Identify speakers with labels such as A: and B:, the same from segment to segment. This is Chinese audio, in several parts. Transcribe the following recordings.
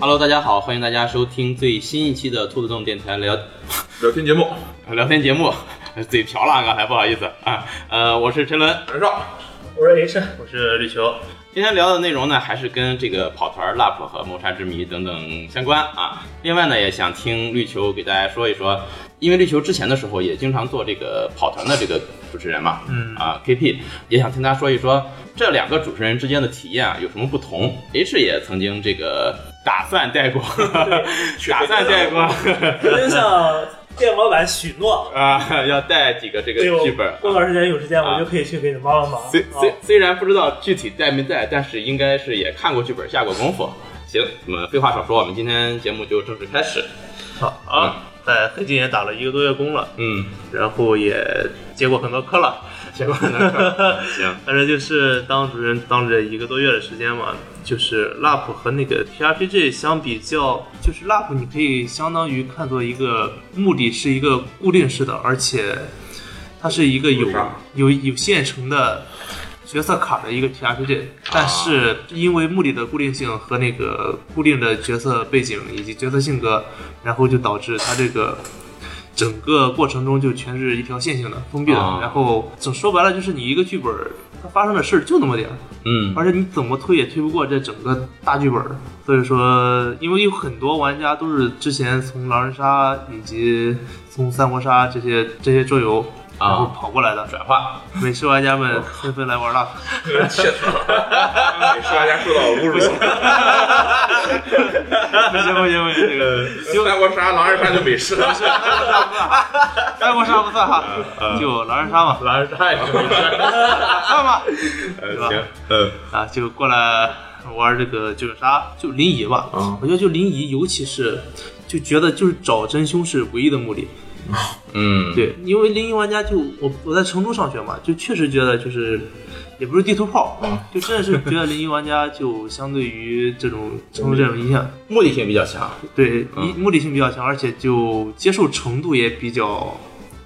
A: Hello，大家好，欢迎大家收听最新一期的兔子洞电台聊
B: 聊天节目，
A: 聊天节目， 嘴瓢了，刚才不好意思啊。呃，我是陈伦，
B: 陈少，
C: 我是 H，
D: 我是绿球。
A: 今天聊的内容呢，还是跟这个跑团 LAP 和谋杀之谜等等相关啊。另外呢，也想听绿球给大家说一说，因为绿球之前的时候也经常做这个跑团的这个主持人嘛，
D: 嗯
A: 啊 KP 也想听他说一说这两个主持人之间的体验啊有什么不同。H 也曾经这个打算带过， 打算带过
C: 就像店老板许诺，
A: 啊，要带几个这个
C: 对哦我
A: 剧本
C: 过
A: 啊。
C: 段时间有时间
A: 啊
C: 我就可以去给你帮帮忙。
A: 虽
C: 啊
A: 虽虽然不知道具体带没带，但是应该是也看过剧本，下过功夫。行，那么废话少说，我们今天节目就正式开始。
D: 好
B: 嗯
D: 啊，在黑金也打了一个多月工了，
A: 嗯，
D: 然后也接过很多课了。
A: 结果 呢？行，
D: 反正就是当主任当这一个多月的时间嘛，就是 LAP 和那个 TRPG 相比较，就是 LAP 你可以相当于看作一个目的是一个固定式的，而且它是一个有
B: 为啥
D: 有有现成的角色卡的一个 TRPG，但
A: 啊
D: 是因为目的的固定性和那个固定的角色背景以及角色性格，然后就导致它这个整个过程中就全是一条线性的、封闭的，
A: 啊
D: 然后总说白了就是你一个剧本儿它发生的事儿就那么点儿，
A: 嗯
D: 而且你怎么推也推不过这整个大剧本儿。所以说，因为有很多玩家都是之前从狼人杀以及从三国杀这些这些桌游。然后
A: 啊
D: 跑过来 的
A: 转化，
D: 美食玩家们纷纷来玩了。
B: 切死了，给大家受到侮辱。
D: 不行不行不行，这个
B: 三国杀、狼人杀就没事了，
D: 三国杀不算哈，
A: 嗯
D: 就狼人杀嘛，
A: 狼人杀也
D: 算吧。
A: 呃
D: 吧
A: 行，嗯
D: 啊，就过来玩这个剧本杀，就临沂吧。
B: 嗯
D: 我觉得就临沂，尤其是就觉得就是找真凶是唯一的目的。
A: 嗯，
D: 对，因为临沂玩家就我我在成都上学嘛，就确实觉得就是也不是地图炮，
A: 嗯
D: 就真的是觉得临沂玩家就相对于这种成都这种印象，
A: 目的性比较强。
D: 对，
A: 嗯
D: 一目的性比较强，而且就接受程度也比较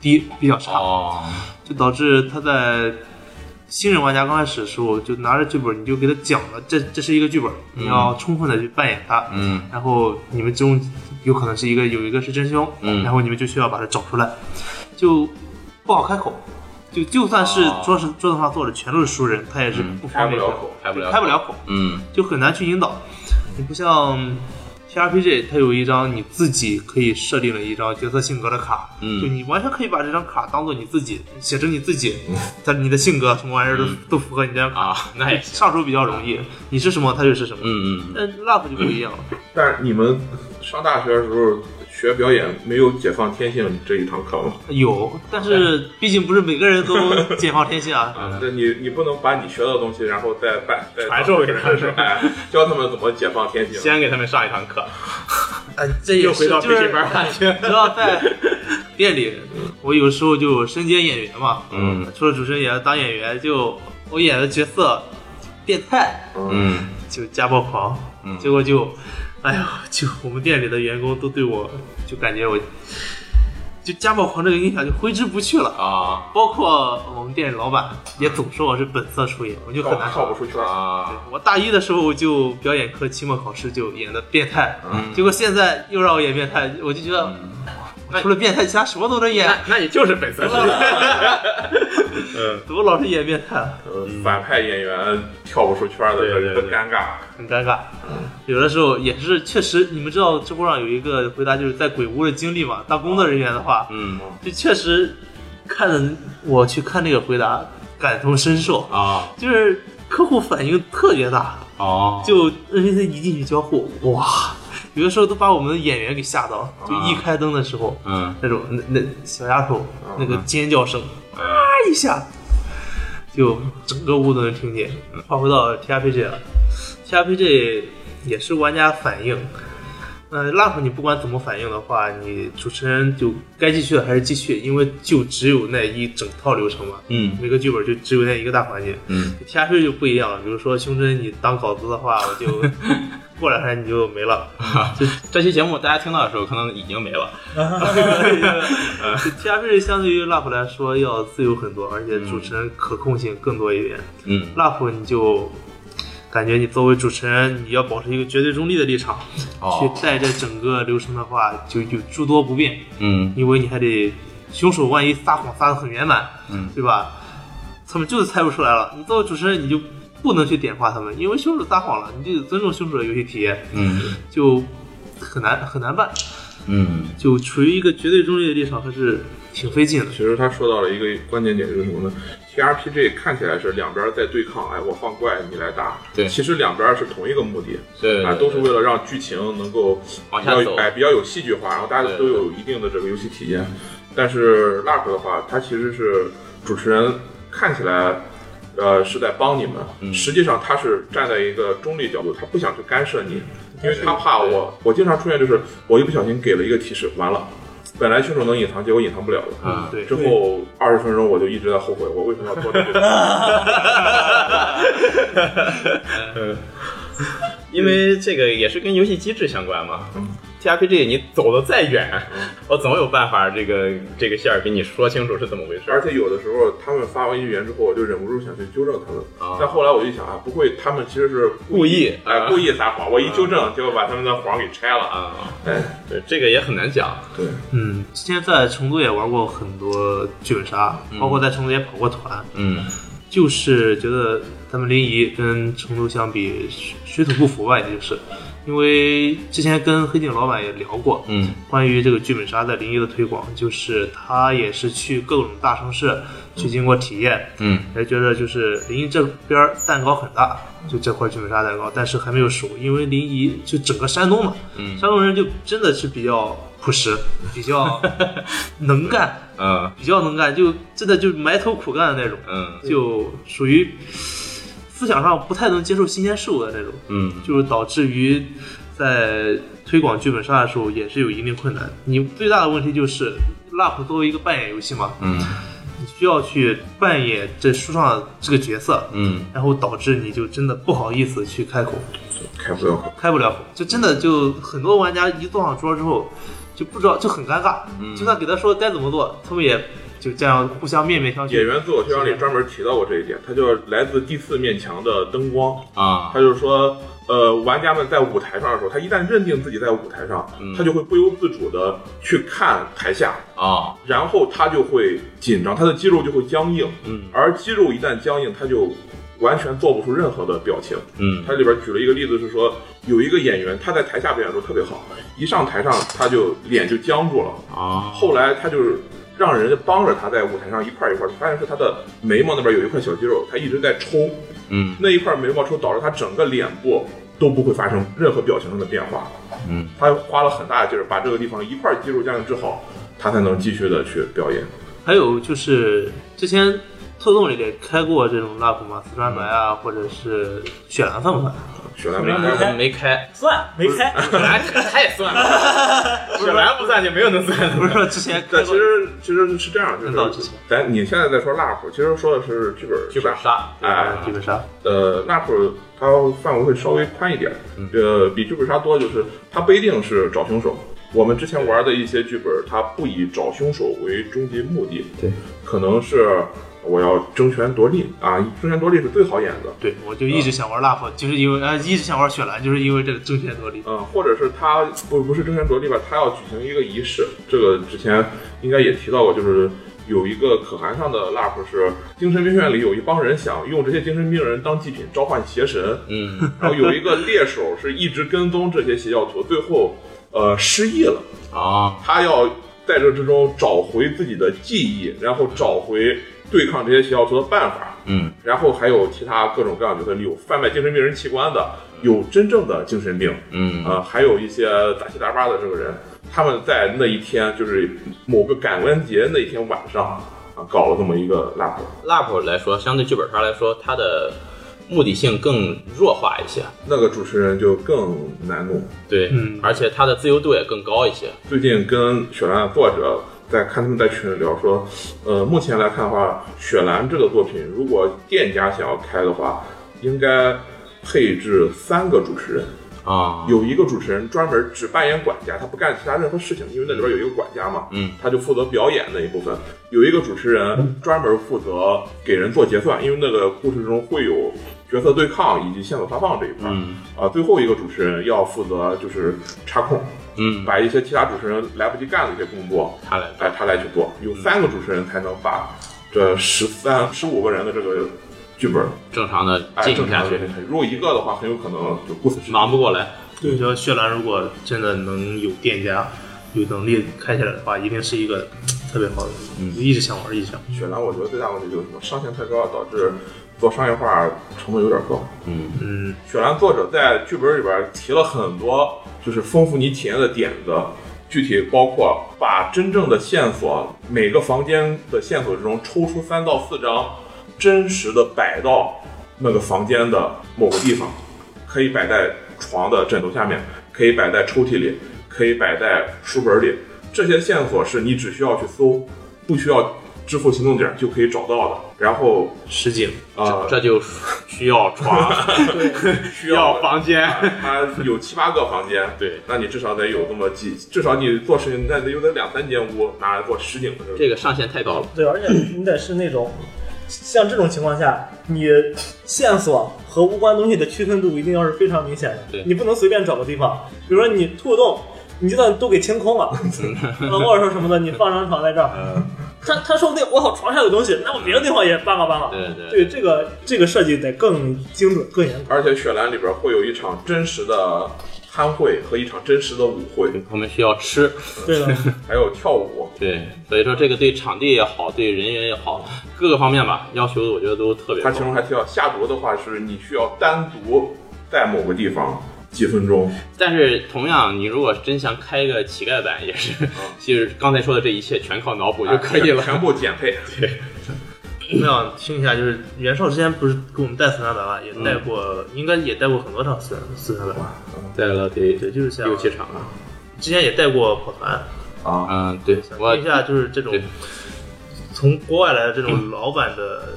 D: 低，比较差。
A: 哦，
D: 就导致他在新人玩家刚开始的时候，就拿着剧本，你就给他讲了，这这是一个剧本，你要充分的去扮演它。
A: 嗯
D: 然后你们中有可能是一个有一个是真凶，
A: 嗯
D: 然后你们就需要把它找出来，就不好开口。就就算是
A: 哦
D: 桌上桌子上坐的全都是熟人，他也是
A: 嗯
D: 不
B: 开
D: 方
B: 不
D: 便
B: 了
D: 说、
B: 口。
A: 开不了，
D: 开不了。口，
A: 嗯
D: 就很难去引导。你不像 TRPG，它有一张你自己可以设定的一张角色性格的卡，
A: 嗯
D: 就你完全可以把这张卡当做你自己，写着你自己，它你的性格什么玩意儿都、
A: 嗯
D: 都符合你这张卡，
A: 啊，那也行。
D: 上手比较容易，你是什么它就是什么。
A: 嗯嗯，
D: 但 LAP 就不一样了，
B: 但是你们上大学的时候学表演，没有解放天性这一堂课吗？
D: 有，但是毕竟不是每个人都解放天性啊。
B: 这你你不能把你学到的东西，然后再拜再
A: 传授给他们
B: 是吧哎教他们怎么解放天性。
A: 先给他们上一堂课，
D: 哎，这也
A: 又
D: 是
A: 回到
D: 就
A: 培训
D: 是
A: 班了。 去。
D: 你知道在店里，我有时候就身兼演员嘛，
A: 嗯
D: 除了主持人也要当演员，就我演的角色变态，
A: 嗯
D: 就家暴狂，
A: 嗯
D: 结果就，哎呀，就我们店里的员工都对我就感觉我，就家暴狂这个印象就挥之不去了。
A: 啊
D: 包括我们店里老板也总说我是本色出演，我就很
B: 跳
D: 难
B: 跳
D: 受。
B: 不出圈，
D: 对
A: 啊，
D: 我大一的时候就表演课期末考试就演的变态，
A: 嗯
D: 结果现在又让我演变态，我就觉得我除了变态，其他什么都能演。
A: 那你就是本 色出演。
D: 怎么老是演变态，
B: 呃反派演员跳不出圈的，
A: 对对对
B: 很尴尬。
D: 很尴尬。有的时候也是确实，你们知道知乎上有一个回答，就是在鬼屋的经历嘛。当工作人员的话，
A: 嗯
D: 就确实看着我去看那个回答，感同身受，
A: 啊
D: 就是客户反应特别大，
A: 哦，
D: 就 NPC 一进去交互，哇，有的时候都把我们的演员给吓到，就一开灯的时候。
A: 嗯
D: 那种那那小丫头那个尖叫声，啊一下，就整个屋都能听见。话回到 TRPG 了，TRPG 也是玩家反应。呃，LAP 你不管怎么反应的话，你主持人就该继续的还是继续，因为就只有那一整套流程嘛。
A: 嗯
D: 每个剧本就只有那一个大环节。
A: 嗯
D: TRPG 就不一样了，比如说胸针你当稿子的话，我就过两天你就没了。
A: 这这期节目大家听到的时候，可能已经没了。
D: 就 TRPG 相对于 LAP 来说要自由很多，而且主持人可控性更多一点。
A: 嗯
D: LAP 你就感觉你作为主持人，你要保持一个绝对中立的立场，去
A: 哦，
D: 带这整个流程的话，就有诸多不便。
A: 嗯
D: 因为你还得凶手万一撒谎撒的很圆满，
A: 嗯，
D: 对吧？他们就是猜不出来了。你作为主持人，你就不能去点化他们，因为凶手撒谎了，你就得尊重凶手的游戏体验，
A: 嗯
D: 就很难很难办。
A: 嗯，
D: 就处于一个绝对中立的立场，还是挺费劲的。
B: 其实他说到了一个关键点，就是什么呢？TRPG 看起来是两边在对抗，哎，我放怪你来打，
A: 对
B: 其实两边是同一个目的，
A: 对
B: 啊，
A: 对
B: 都是
A: 对
B: 为了让剧情能够
A: 往
B: 比
A: 下
B: 较
A: 走
B: 哎比较有戏剧化，然后大家
A: 对
B: 都有一定的这个游戏体验。但是 LARP 的话，它其实是主持人看起来。呃，是在帮你们，
A: 嗯
B: 实际上他是站在一个中立角度，他不想去干涉
A: 嗯
B: 你，因为他怕我。我经常出现就是，我一不小心给了一个提示，完了，本来凶手能隐藏，结果隐藏不了了。
A: 嗯
D: 对
B: 之后二十分钟我就一直在后悔，我为什么要做这个？
A: 因为这个也是跟游戏机制相关嘛。TRPG
B: 嗯
A: 你走的再远，我总有办法这个这个线儿给你说清楚是怎么回事
B: 而
A: 儿。
B: 且有的时候他们发完预言之后，我就忍不住想去纠正他们。
A: 啊
B: 但后来我就想啊，不会他们其实是
A: 故意
B: 哎
A: 啊
B: 故意撒谎，我一纠正，结果把他们的谎给拆了。
A: 啊，
B: 哎，
A: 对，这个也很难讲。
B: 对，
D: 嗯，之前在成都也玩过很多剧本杀，包括在成都也跑过团，
A: 嗯
D: 就是觉得咱们临沂跟成都相比，水水土不服吧，也就是。因为之前跟黑镜老板也聊过，
A: 嗯
D: 关于这个剧本杀在临沂的推广，就是他也是去各种大城市去经过体验，
A: 嗯
D: 也哎觉得就是临沂这边儿蛋糕很大，就这块剧本杀蛋糕，但是还没有熟，因为临沂就整个山东嘛，
A: 嗯
D: 山东人就真的是比较朴实，比较能干，
A: 嗯
D: 比较能干，就真的就埋头苦干的那种，
A: 嗯
D: 就属于思想上不太能接受新鲜事物的那种。
A: 嗯
D: 就是导致于在推广剧本杀的时候也是有一定困难。你最大的问题就是 LARP 作为一个扮演游戏嘛，
A: 嗯
D: 你需要去扮演这书上的这个角色，
A: 嗯
D: 然后导致你就真的不好意思去开口，
B: 开不了口。
D: 开不了口，就真的就很多玩家一坐上桌之后就不知道就很尴尬，就算给他说该怎么做，他们也就这样互相面面相
B: 演
D: 觑。
B: 员自我介绍里专门提到过这一点，他就是来自第四面墙的灯光，
A: 啊
B: 他就是说。呃，玩家们在舞台上的时候，他一旦认定自己在舞台上，他就会不由自主的去看台下，
A: 啊
B: 然后他就会紧张，他的肌肉就会僵硬，
A: 嗯
B: 而肌肉一旦僵硬，他就完全做不出任何的表情。
A: 嗯
B: 它里边举了一个例子是说，有一个演员他在台下表演的时候特别好，一上台上他就脸就僵住了，
A: 啊
B: 后来他就是让人家帮着他在舞台上一块儿一块儿，发现是他的眉毛那边有一块小肌肉，他一直在抽，
A: 嗯
B: 那一块眉毛抽导致他整个脸部都不会发生任何表情上的变化，
A: 嗯，
B: 他花了很大的劲儿把这个地方一块肌肉僵硬治好，他才能继续的去表演。啊
D: 还有就是之前特动里也开过这种 LARP 嘛，四川白啊，或者是雪兰啊算不算？
B: 雪兰梅
A: 没
B: 开
A: 没开，
C: 算没开，
A: 本来太算了，本来不算就没有能算
D: 不
A: 的。
D: 是说之前
B: 但
D: 开过
B: 其实其实是这样，就
D: 很早
B: 是
D: 之前
B: 咱你现在在说 LARP，其实说的是剧本
A: 剧本杀，
B: 哎，
D: 剧本杀，嗯
B: 呃，LARP 它范围会稍微宽一点，
A: 嗯
B: 呃，比剧本杀多，就是它不一定是找凶手。我们之前玩的一些剧本，它不以找凶手为终极目的，
A: 对，
B: 可能是我要争权夺利啊，争权夺利是最好演的，
D: 对我就一直想玩 LARP，就是因为啊、一直想玩雪兰，就是因为这个正确多利。
B: 嗯、或者是他不不是争权夺利吧，他要举行一个仪式，这个之前应该也提到过，就是。有一个可汗上的 LARP 是精神病院里有一帮人想用这些精神病人当祭品召唤邪神，
A: 嗯
B: 然后有一个猎手是一直跟踪这些邪教徒，最后呃失忆了，
A: 啊
B: 他要在这之中找回自己的记忆，然后找回对抗这些邪教徒的办法。
A: 嗯
B: 然后还有其他各种各样的角色，有贩卖精神病人器官的，有真正的精神病，
A: 嗯
B: 呃，还有一些杂七杂八的这个人，他们在那一天就是某个感恩节那一天晚上啊，搞了这么一个 lap。
A: ，LARP 来说，相对剧本杀来说，它的目的性更弱化一些。
B: 那个主持人就更难弄，
A: 对，
D: 嗯
A: 而且它的自由度也更高一些。
B: 最近跟雪兰的作者在看他们在群里聊说，呃，目前来看的话，雪兰这个作品如果店家想要开的话，应该配置三个主持人，
A: 啊，
B: 有一个主持人专门只扮演管家，他不干其他任何事情，因为那里边有一个管家嘛，
A: 嗯，
B: 他就负责表演那一部分。有一个主持人专门负责给人做结算，因为那个故事中会有角色对抗以及线索发放这一块。
A: 嗯
B: 啊，最后一个主持人要负责就是插空，
A: 嗯，
B: 把一些其他主持人来不及干的一些工作，
A: 他来
B: 哎，他来去做。有
A: 嗯
B: 三个主持人才能把这十三、十五个人的这个剧本
A: 正常的
B: 哎
A: 进
B: 正
A: 行下
B: 常
A: 去
B: 地，进行如果一个的话，很有可能就顾此失彼。
A: 忙不过来。
D: 对，说血兰如果真的能有店家、有能力开起来的话，一定是一个特别好的，
A: 嗯
D: 一直想玩，一直想玩。
B: 雪兰，我觉得最大问题就是什么上限太高，导致做商业化成本有点高。
A: 嗯
D: 嗯，
B: 雪兰作者在剧本里边提了很多，就是丰富你体验的点子，具体包括把真正的线索，每个房间的线索之中抽出三到四张，真实的摆到那个房间的某个地方，可以摆在床的枕头下面，可以摆在抽屉里，可以摆在书本里。这些线索是你只需要去搜，不需要支付行动点就可以找到的。然后
D: 实景
B: 啊，
A: 这就需要床，
B: 需
A: 需要房间。
B: 它有七八个房间，
A: 对，
B: 那你至少得有这么几，至少你做事情，那得有得两三间屋拿来做实景的这个。
A: 这个上限太高了。
C: 对，而且你得是那种，像这种情况下，你线索和无关东西的区分度一定要是非常明显的。
A: 对
C: 你不能随便找个地方，比如说你兔洞，你就算都给清空了， 呃或者说什么的，你放张床在这儿，
A: 嗯，
C: 他他说不定我好床上有东西，那我别的地方也搬吧搬吧。
A: 对对
C: 对，这个这个设计得更精准、更严格。
B: 而且《雪兰》里边会有一场真实的酣会和一场真实的舞会，
A: 我们需要吃，
C: 对的，
B: 还有跳舞。
A: 对，所以说这个对场地也好，对人员也好，各个方面吧，要求我觉得都特别
B: 他其
A: 高。
B: 中还提到下毒的话是你需要单独在某个地方几 分钟，
A: 但是同样，你如果真想开一个乞丐版，也是，其实刚才说的这一切全靠脑补就可以了。
B: 啊全部减 配。
D: 我想听一下，就是袁绍之前不是给我们带四三百万，也
A: 嗯
D: 带过，应该也带过很多场四四三百万，
A: 带了得
D: 对，就是像
A: 六七场了。
D: 之前也带过跑团，
B: 啊，
A: 嗯，对，我
D: 听一下就是这种
A: 对嗯
D: 从国外来的这种老板的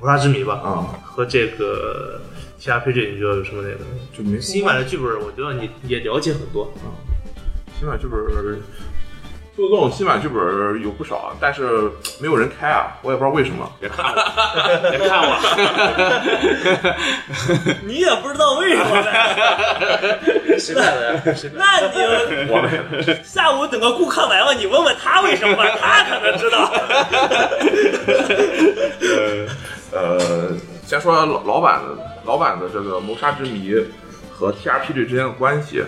D: 谋杀之谜吧，
B: 啊
D: 和这个其他配置，你觉得有什么那个？
B: 就没
D: 新版的剧本，我觉得你也了解很多，
B: 新版剧本。做动新版剧本有不少，啊但是没有人开啊，我也不知道为什么。别看了，
A: 别看我，
C: 你也不知道为什么呗？
D: 谁带的呀？谁带的？
C: 那你
B: 我们
C: 下午等个顾客来了，你问问他为什么，他可能知道。
B: 呃，先说老老板老板的这个谋杀之谜和 TRPG 之间的关系，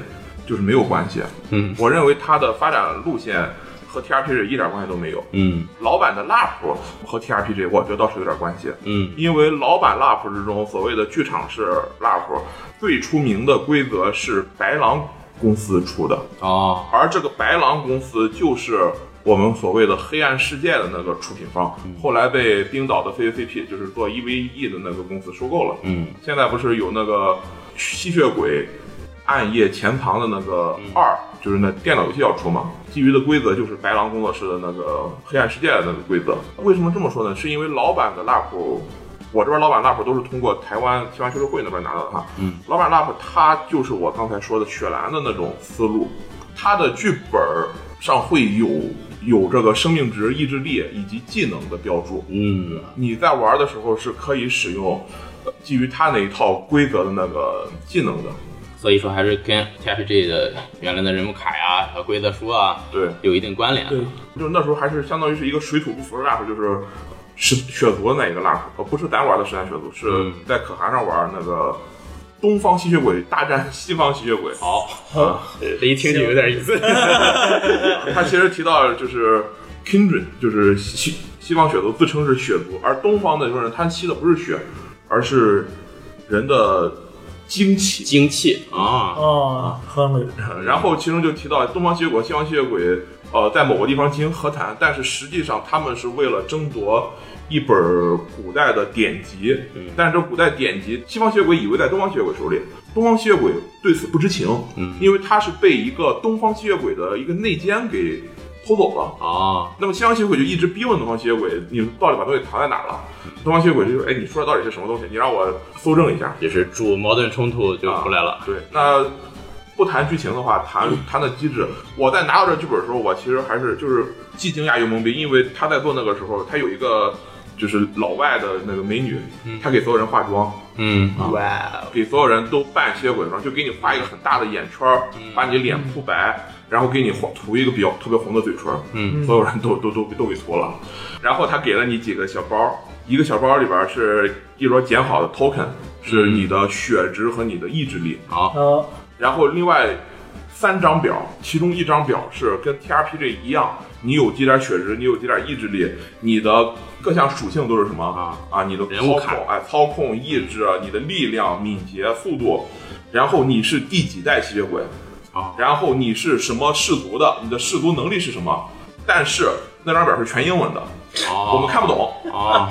B: 就是没有关系。
A: 嗯
B: 我认为它的发展路线和 TRPG 一点关系都没有。
A: 嗯
B: 老板的 LARP 和 TRPG 我觉得倒是有点关系，
A: 嗯
B: 因为老板 LARP 之中所谓的剧场式 LARP 最出名的规则是白狼公司出的，
A: 哦，
B: 而这个白狼公司就是我们所谓的黑暗世界的那个出品方，后来被冰岛的 CCP，就是做 EVE 的那个公司收购了。
A: 嗯
B: 现在不是有那个吸血鬼暗夜潜藏的那个二、就是那电脑游戏要出嘛？基于的规则就是白狼工作室的那个黑暗世界的那个规则。为什么这么说呢？是因为老版的 LARP，我这边老版 LARP 都是通过台湾台湾学术会那边拿到的哈。
A: 嗯，
B: 老版 LARP 它就是我刚才说的雪兰的那种思路，它的剧本上会有有这个生命值、意志力以及技能的标注。
A: 嗯
B: 你在玩的时候是可以使用呃基于他那一套规则的那个技能的。
A: 所以说还是跟 TFG 的原来的人物卡呀和规则书啊
B: 对，
A: 有一定关联。啊
C: 对
B: 就是那时候还是相当于是一个水土不服的 LARP，就是是血族的那一个 LARP，呃不是咱玩的实战血族，是
A: 嗯
B: 在可汗上玩那个东方吸血鬼啊大战西方吸血鬼。
A: 好，这一听就有点意思。
B: 他其实提到就是 kindred，就是西西方血族自称是血族，而东方的就是他吸的不是血，而是人的精气。
A: 精气啊，
C: 哦，喝了。
B: 然后其中就提到东方吸血鬼、西方吸血鬼，呃，在某个地方进行和谈，但是实际上他们是为了争夺一本古代的典籍，
A: 嗯
B: 但是这古代典籍，西方吸血鬼以为在东方吸血鬼手里，东方吸血鬼对此不知情，
A: 嗯
B: 因为他是被一个东方吸血鬼的一个内奸给偷走了。
A: 哦，
B: 那么西方吸血鬼就一直逼问东方吸血鬼，你到底把东西藏在哪儿了？东方吸血鬼就说，哎，你说的到底是什么东西？你让我搜证一下。
A: 就是主矛盾冲突就出来了。
B: 对，那不谈剧情的话，谈谈的机制。我在拿到这剧本的时候，我其实还是就是既惊讶又懵逼，因为他在做那个时候，他有一个就是老外的那个美女，她给所有人化妆，
A: 嗯
D: 哇，
B: 给所有人都扮吸血鬼妆，就给你画一个很大的眼圈儿，把你脸铺白，然后给你画涂一个比较特别红的嘴唇，
A: 嗯
B: 所有人都都都都给涂了。然后他给了你几个小包，一个小包里边是一摞剪好的 token，是你的血值和你的意志力。
A: 好，
C: 呃，
B: 然后另外三张表，其中一张表是跟 TRPG 一样，你有几点血值，你有几点意志力，你的各项属性都是什么
A: 啊
B: 啊？你的
A: 人物
B: 操
A: 卡
B: 控，哎，操控、意志、啊你的力量、敏捷、速度，然后你是第几代吸血鬼
A: 啊
B: 然后你是什么氏族的，你的氏族能力是什么？但是那张表是全英文的，我们
A: 哦
B: 看不懂。
A: 哦，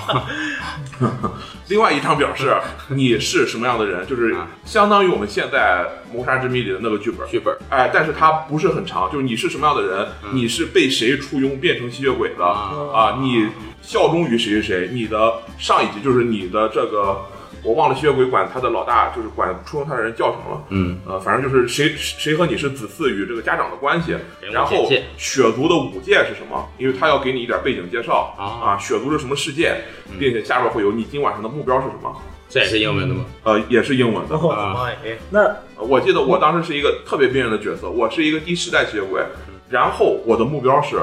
B: 另外一张表 示你是什么样的人，就是
A: 啊
B: 相当于我们现在《谋杀之谜》里的那个剧本。
A: 剧本
B: 哎，但是它不是很长，就是你是什么样的人，你是被谁簇拥变成吸血鬼的
A: 嗯啊
B: 啊？你效忠于谁谁谁？你的上一级就是你的这个，我忘了吸血鬼管他的老大，就是管簇拥他的人叫什么了。
A: 嗯，
B: 呃，反正就是谁谁和你是子嗣与这个家长的关系，
A: 人物
B: 然后
A: 简介
B: 血族的五戒是什么？因为他要给你一点背景介绍
A: 啊嗯
B: 啊，血族是什么世界，并且下边会有你今晚上的目标是什么，
A: 这也是英文的吗？
B: 呃，也是英文的。
C: 哦
A: 啊，
D: 哎，
C: 那
B: 我记得我当时是一个特别边缘的角色，我是一个第十代吸血鬼，然后我的目标是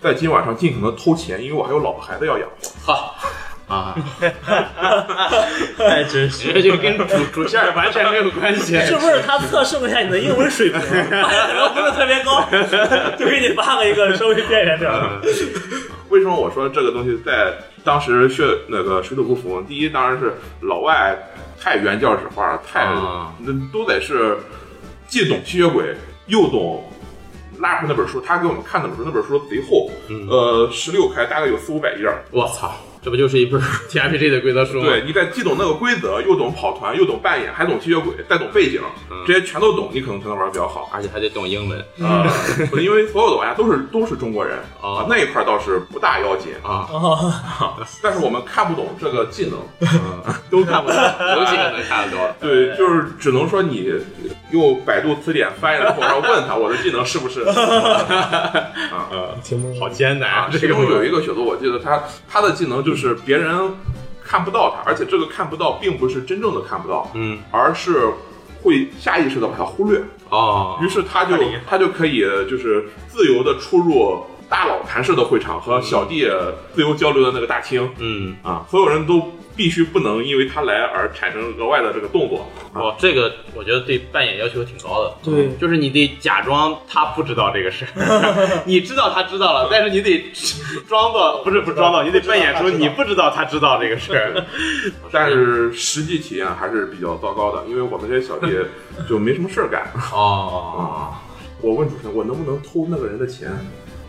B: 在今晚上尽可能偷钱，因为我还有老婆孩子要养活。
A: 好 啊，
D: 太真实。
A: 这 就跟主主线完全没有关系。
C: 是不是他测试了一下你的英文水平，发现可能不是特别高， 就给你发了一个稍微边缘点儿的？
B: 为什么我说这个东西在当时血那个水土不服？第一当然是老外太原教旨化了，太
A: 啊
B: 那、都得是既懂吸血鬼又懂。拉出那本书，他给我们看那本书，那本书贼厚，呃，十六开，大概有四五百页儿。
A: 我操，这不就是一本 T R P G 的规则书吗？
B: 对，你得既懂那个规则，又懂跑团，又懂扮演，还懂吸血鬼，再懂背景，这些全都懂，你可能才能玩的比较好。
A: 而且还得懂英文
B: 啊，因为所有的玩家都是都是中国人
A: 哦
B: 啊，那一块倒是不大要紧，
A: 啊，
C: 哦，
B: 但是我们看不懂这个技能，
A: 都看不懂，有几个能看得懂？
B: 对，就是只能说你用百度词典翻译了之后，然后问他我的技能是不是
C: 挺不
A: 好艰难
B: 啊？其
A: 这个
B: 中有
A: 我
B: 一个血族，我记得他他的技能就是别人看不到他，而且这个看不到并不是真正的看不到，
A: 嗯，
B: 而是会下意识的把它忽略。
A: 哦
B: 于是他就他就可以就是自由的出入大佬谈事的会场和小弟自由交流的那个大厅
A: 嗯，
B: 啊，所有人都必须不能因为他来而产生额外的这个动作。啊
A: 哦，这个我觉得对扮演要求挺高的。嗯
C: 对
A: 就是你得假装他不知道这个事儿，你知道他知道了，但是你得装作不是不装作，你得扮演出你不知道他知道这个事儿。
B: 但是实际体验还是比较糟糕的，因为我们这些小弟就没什么事儿干。啊
A: 哦，
B: 我问主持人，我能不能偷那个人的钱？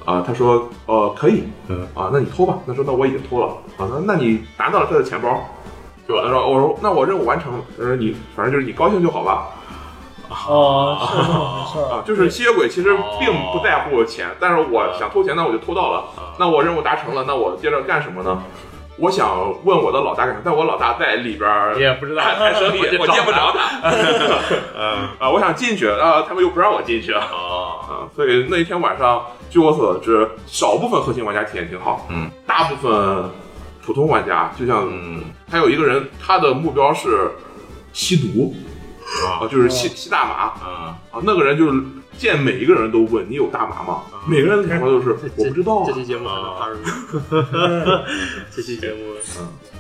B: 啊，他说，呃，可以。
A: 嗯
B: 啊，那你偷吧。他说，那我已经偷了。啊，那那你拿到了他的钱包。
A: 对吧
B: 他说，我说，那我任务完成了。他说，你反正就是你高兴就好吧。
C: 哦，是没事儿
B: 啊，哦就是吸血鬼其实并不在乎钱，但是我想偷钱，那我就偷到
A: 啊
B: 了，那我任务达成了，那我接着干什么呢？我想问我的老大干什么，但我老大在里边儿
A: 你也不知道
B: 谈谈生意， 我见不着。他。 啊，我想进去啊，他们又不让我进去啊，
A: 哦，
B: 所以那一天晚上，据我所知，少部分核心玩家体验挺好，
A: 嗯，
B: 大部分普通玩家，就像
A: 嗯，
B: 还有一个人，他的目标是吸毒啊，就是吸吸大麻，
A: 啊，
B: 啊，那个人就是见每一个人都问你有大麻吗？每个人的想法都是 我不知道啊
D: 啊这。期节目
A: 啊
D: 二十 分钟，这期节目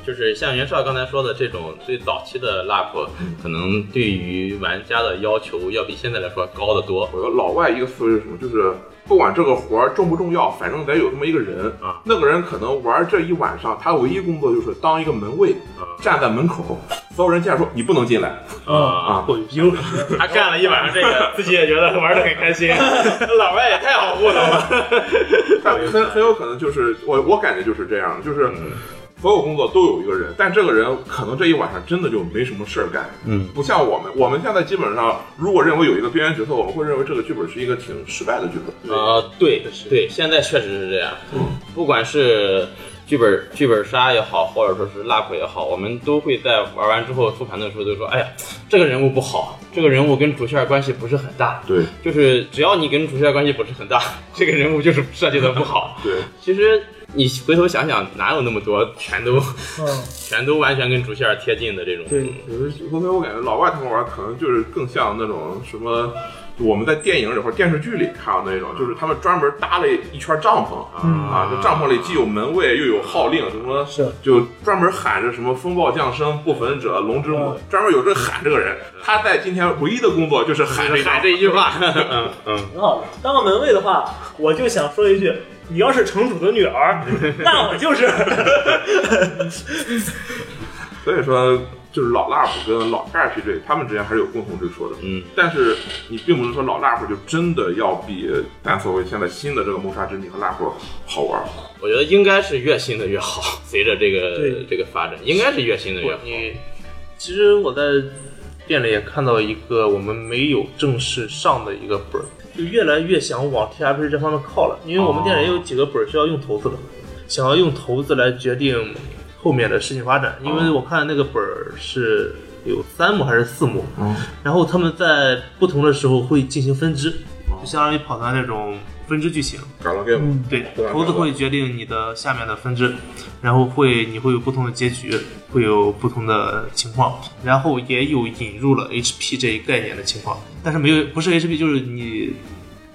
A: 就是像袁绍刚才说的这种最早期的 LARP，可能对于玩家的要求要比现在来说高得多。
B: 我说老外一个思维是什么？就是不管这个活儿重不重要，反正得有这么一个人
A: 啊。
B: 那个人可能玩这一晚上，他唯一工作就是当一个门卫
A: 啊，
B: 站在门口，所有人进来说你不能进来
C: 嗯，
B: 啊。
D: 过于有
A: 他干了一晚上这个，
D: 自己也觉得玩的很开心，老外也太好糊弄了。
C: 嗯
B: 但很很有可能就是我我感觉就是这样，就是。所有工作都有一个人，但这个人可能这一晚上真的就没什么事儿干。
A: 嗯，
B: 不像我们，我们现在基本上如果认为有一个边缘角色，我们会认为这个剧本是一个挺失败的剧
C: 啊
B: 本。
A: 呃，对对，现在确实是这样。
C: 嗯
A: 不管是剧本剧本杀也好，或者说是 luck 也好，我们都会在玩完之后复盘的时候就说，哎呀，这个人物不好，这个人物跟主线关系不是很大。
B: 对
A: 就是只要你跟主线关系不是很大， 这个人物就是设计的不 好。
B: 对，
A: 其实你回头想想，哪有那么多全都
C: 嗯，
A: 全都完全跟主线贴近的这种？
C: 对，
B: 有的刚才我感觉老外他们玩可能就是更像那种什么。我们在电影里或者电视剧里看到那种，就是他们专门搭了一圈帐篷啊，
C: 嗯
B: 啊这帐篷里既有门卫又有号令，什么
C: 是
B: 就专门喊着什么风暴降生、不焚者、龙之母，专门有这喊这个人。他在今天唯一的工作就是喊这一
A: 啊喊这一句话，嗯嗯，
C: 挺好的。当个门卫的话，我就想说一句：你要是城主的女儿，那我就是。
B: 所以说，就是老 LARP 跟老 RPG 他们之间还是有共同之处的。
A: 嗯，
B: 但是你并不是说老 LARP 就真的要比咱所谓现在新的这个谋杀之谜和 LARP 好玩。
A: 我觉得应该是越新的越好，随着这个
C: 对
A: 这个发展，应该是越新的越好。
D: 你其实我在店里也看到一个我们没有正式上的一个本儿，就越来越想往 T R P 这方面靠了，因为我们店里也有几个本儿是要用投资的，想要用投资来决定后面的事情发展，因为我看那个本儿是有三幕还是四幕，
B: 嗯，
D: 然后他们在不同的时候会进行分支，就相当于跑团那种分支剧情。
B: 搞了 game，、
D: 对
B: 对吧，
D: 投资会决定你的下面的分支，然后会你会有不同的结局，会有不同的情况，然后也有引入了 HP 这一概念的情况，但是没有不是 HP 就是你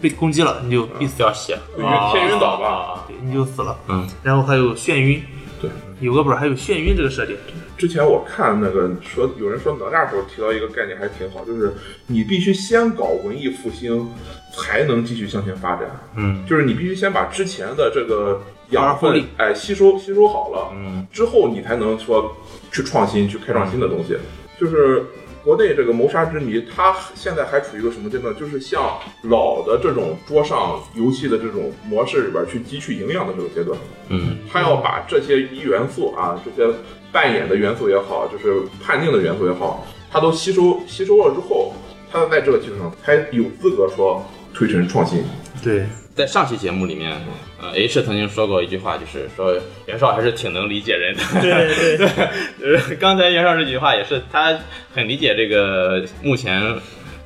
D: 被攻击了你就必死，
A: 要写
B: 对晕天云岛吧
A: 啊
D: 对你就死了，
A: 嗯，
D: 然后还有眩晕，
B: 对，
D: 有个本儿还有眩晕这个设定，
B: 之前我看那个说有人说哪吒时候提到一个概念还挺好，就是你必须先搞文艺复兴，才能继续向前发展。
A: 嗯，
B: 就是你必须先把之前的这个养
D: 发
B: 分
D: 力
B: 哎吸收吸收好了，
A: 嗯，
B: 之后你才能说去创新，去开创新的东西。就是国内这个谋杀之谜，它现在还处于一个什么阶段？就是向老的这种桌上游戏的这种模式里边去汲取营养的这个阶段。
A: 嗯，
B: 他要把这些元素啊，这些扮演的元素也好，就是判定的元素也好，他都吸收吸收了之后，他在这个基础上才有资格说推陈创新。
D: 对，
A: 在上期节目里面，呃，H 曾经说过一句话，就是说袁绍还是挺能理解人的。
C: 对对对，
A: 就是 刚才袁绍这句话也是，他很理解这个目前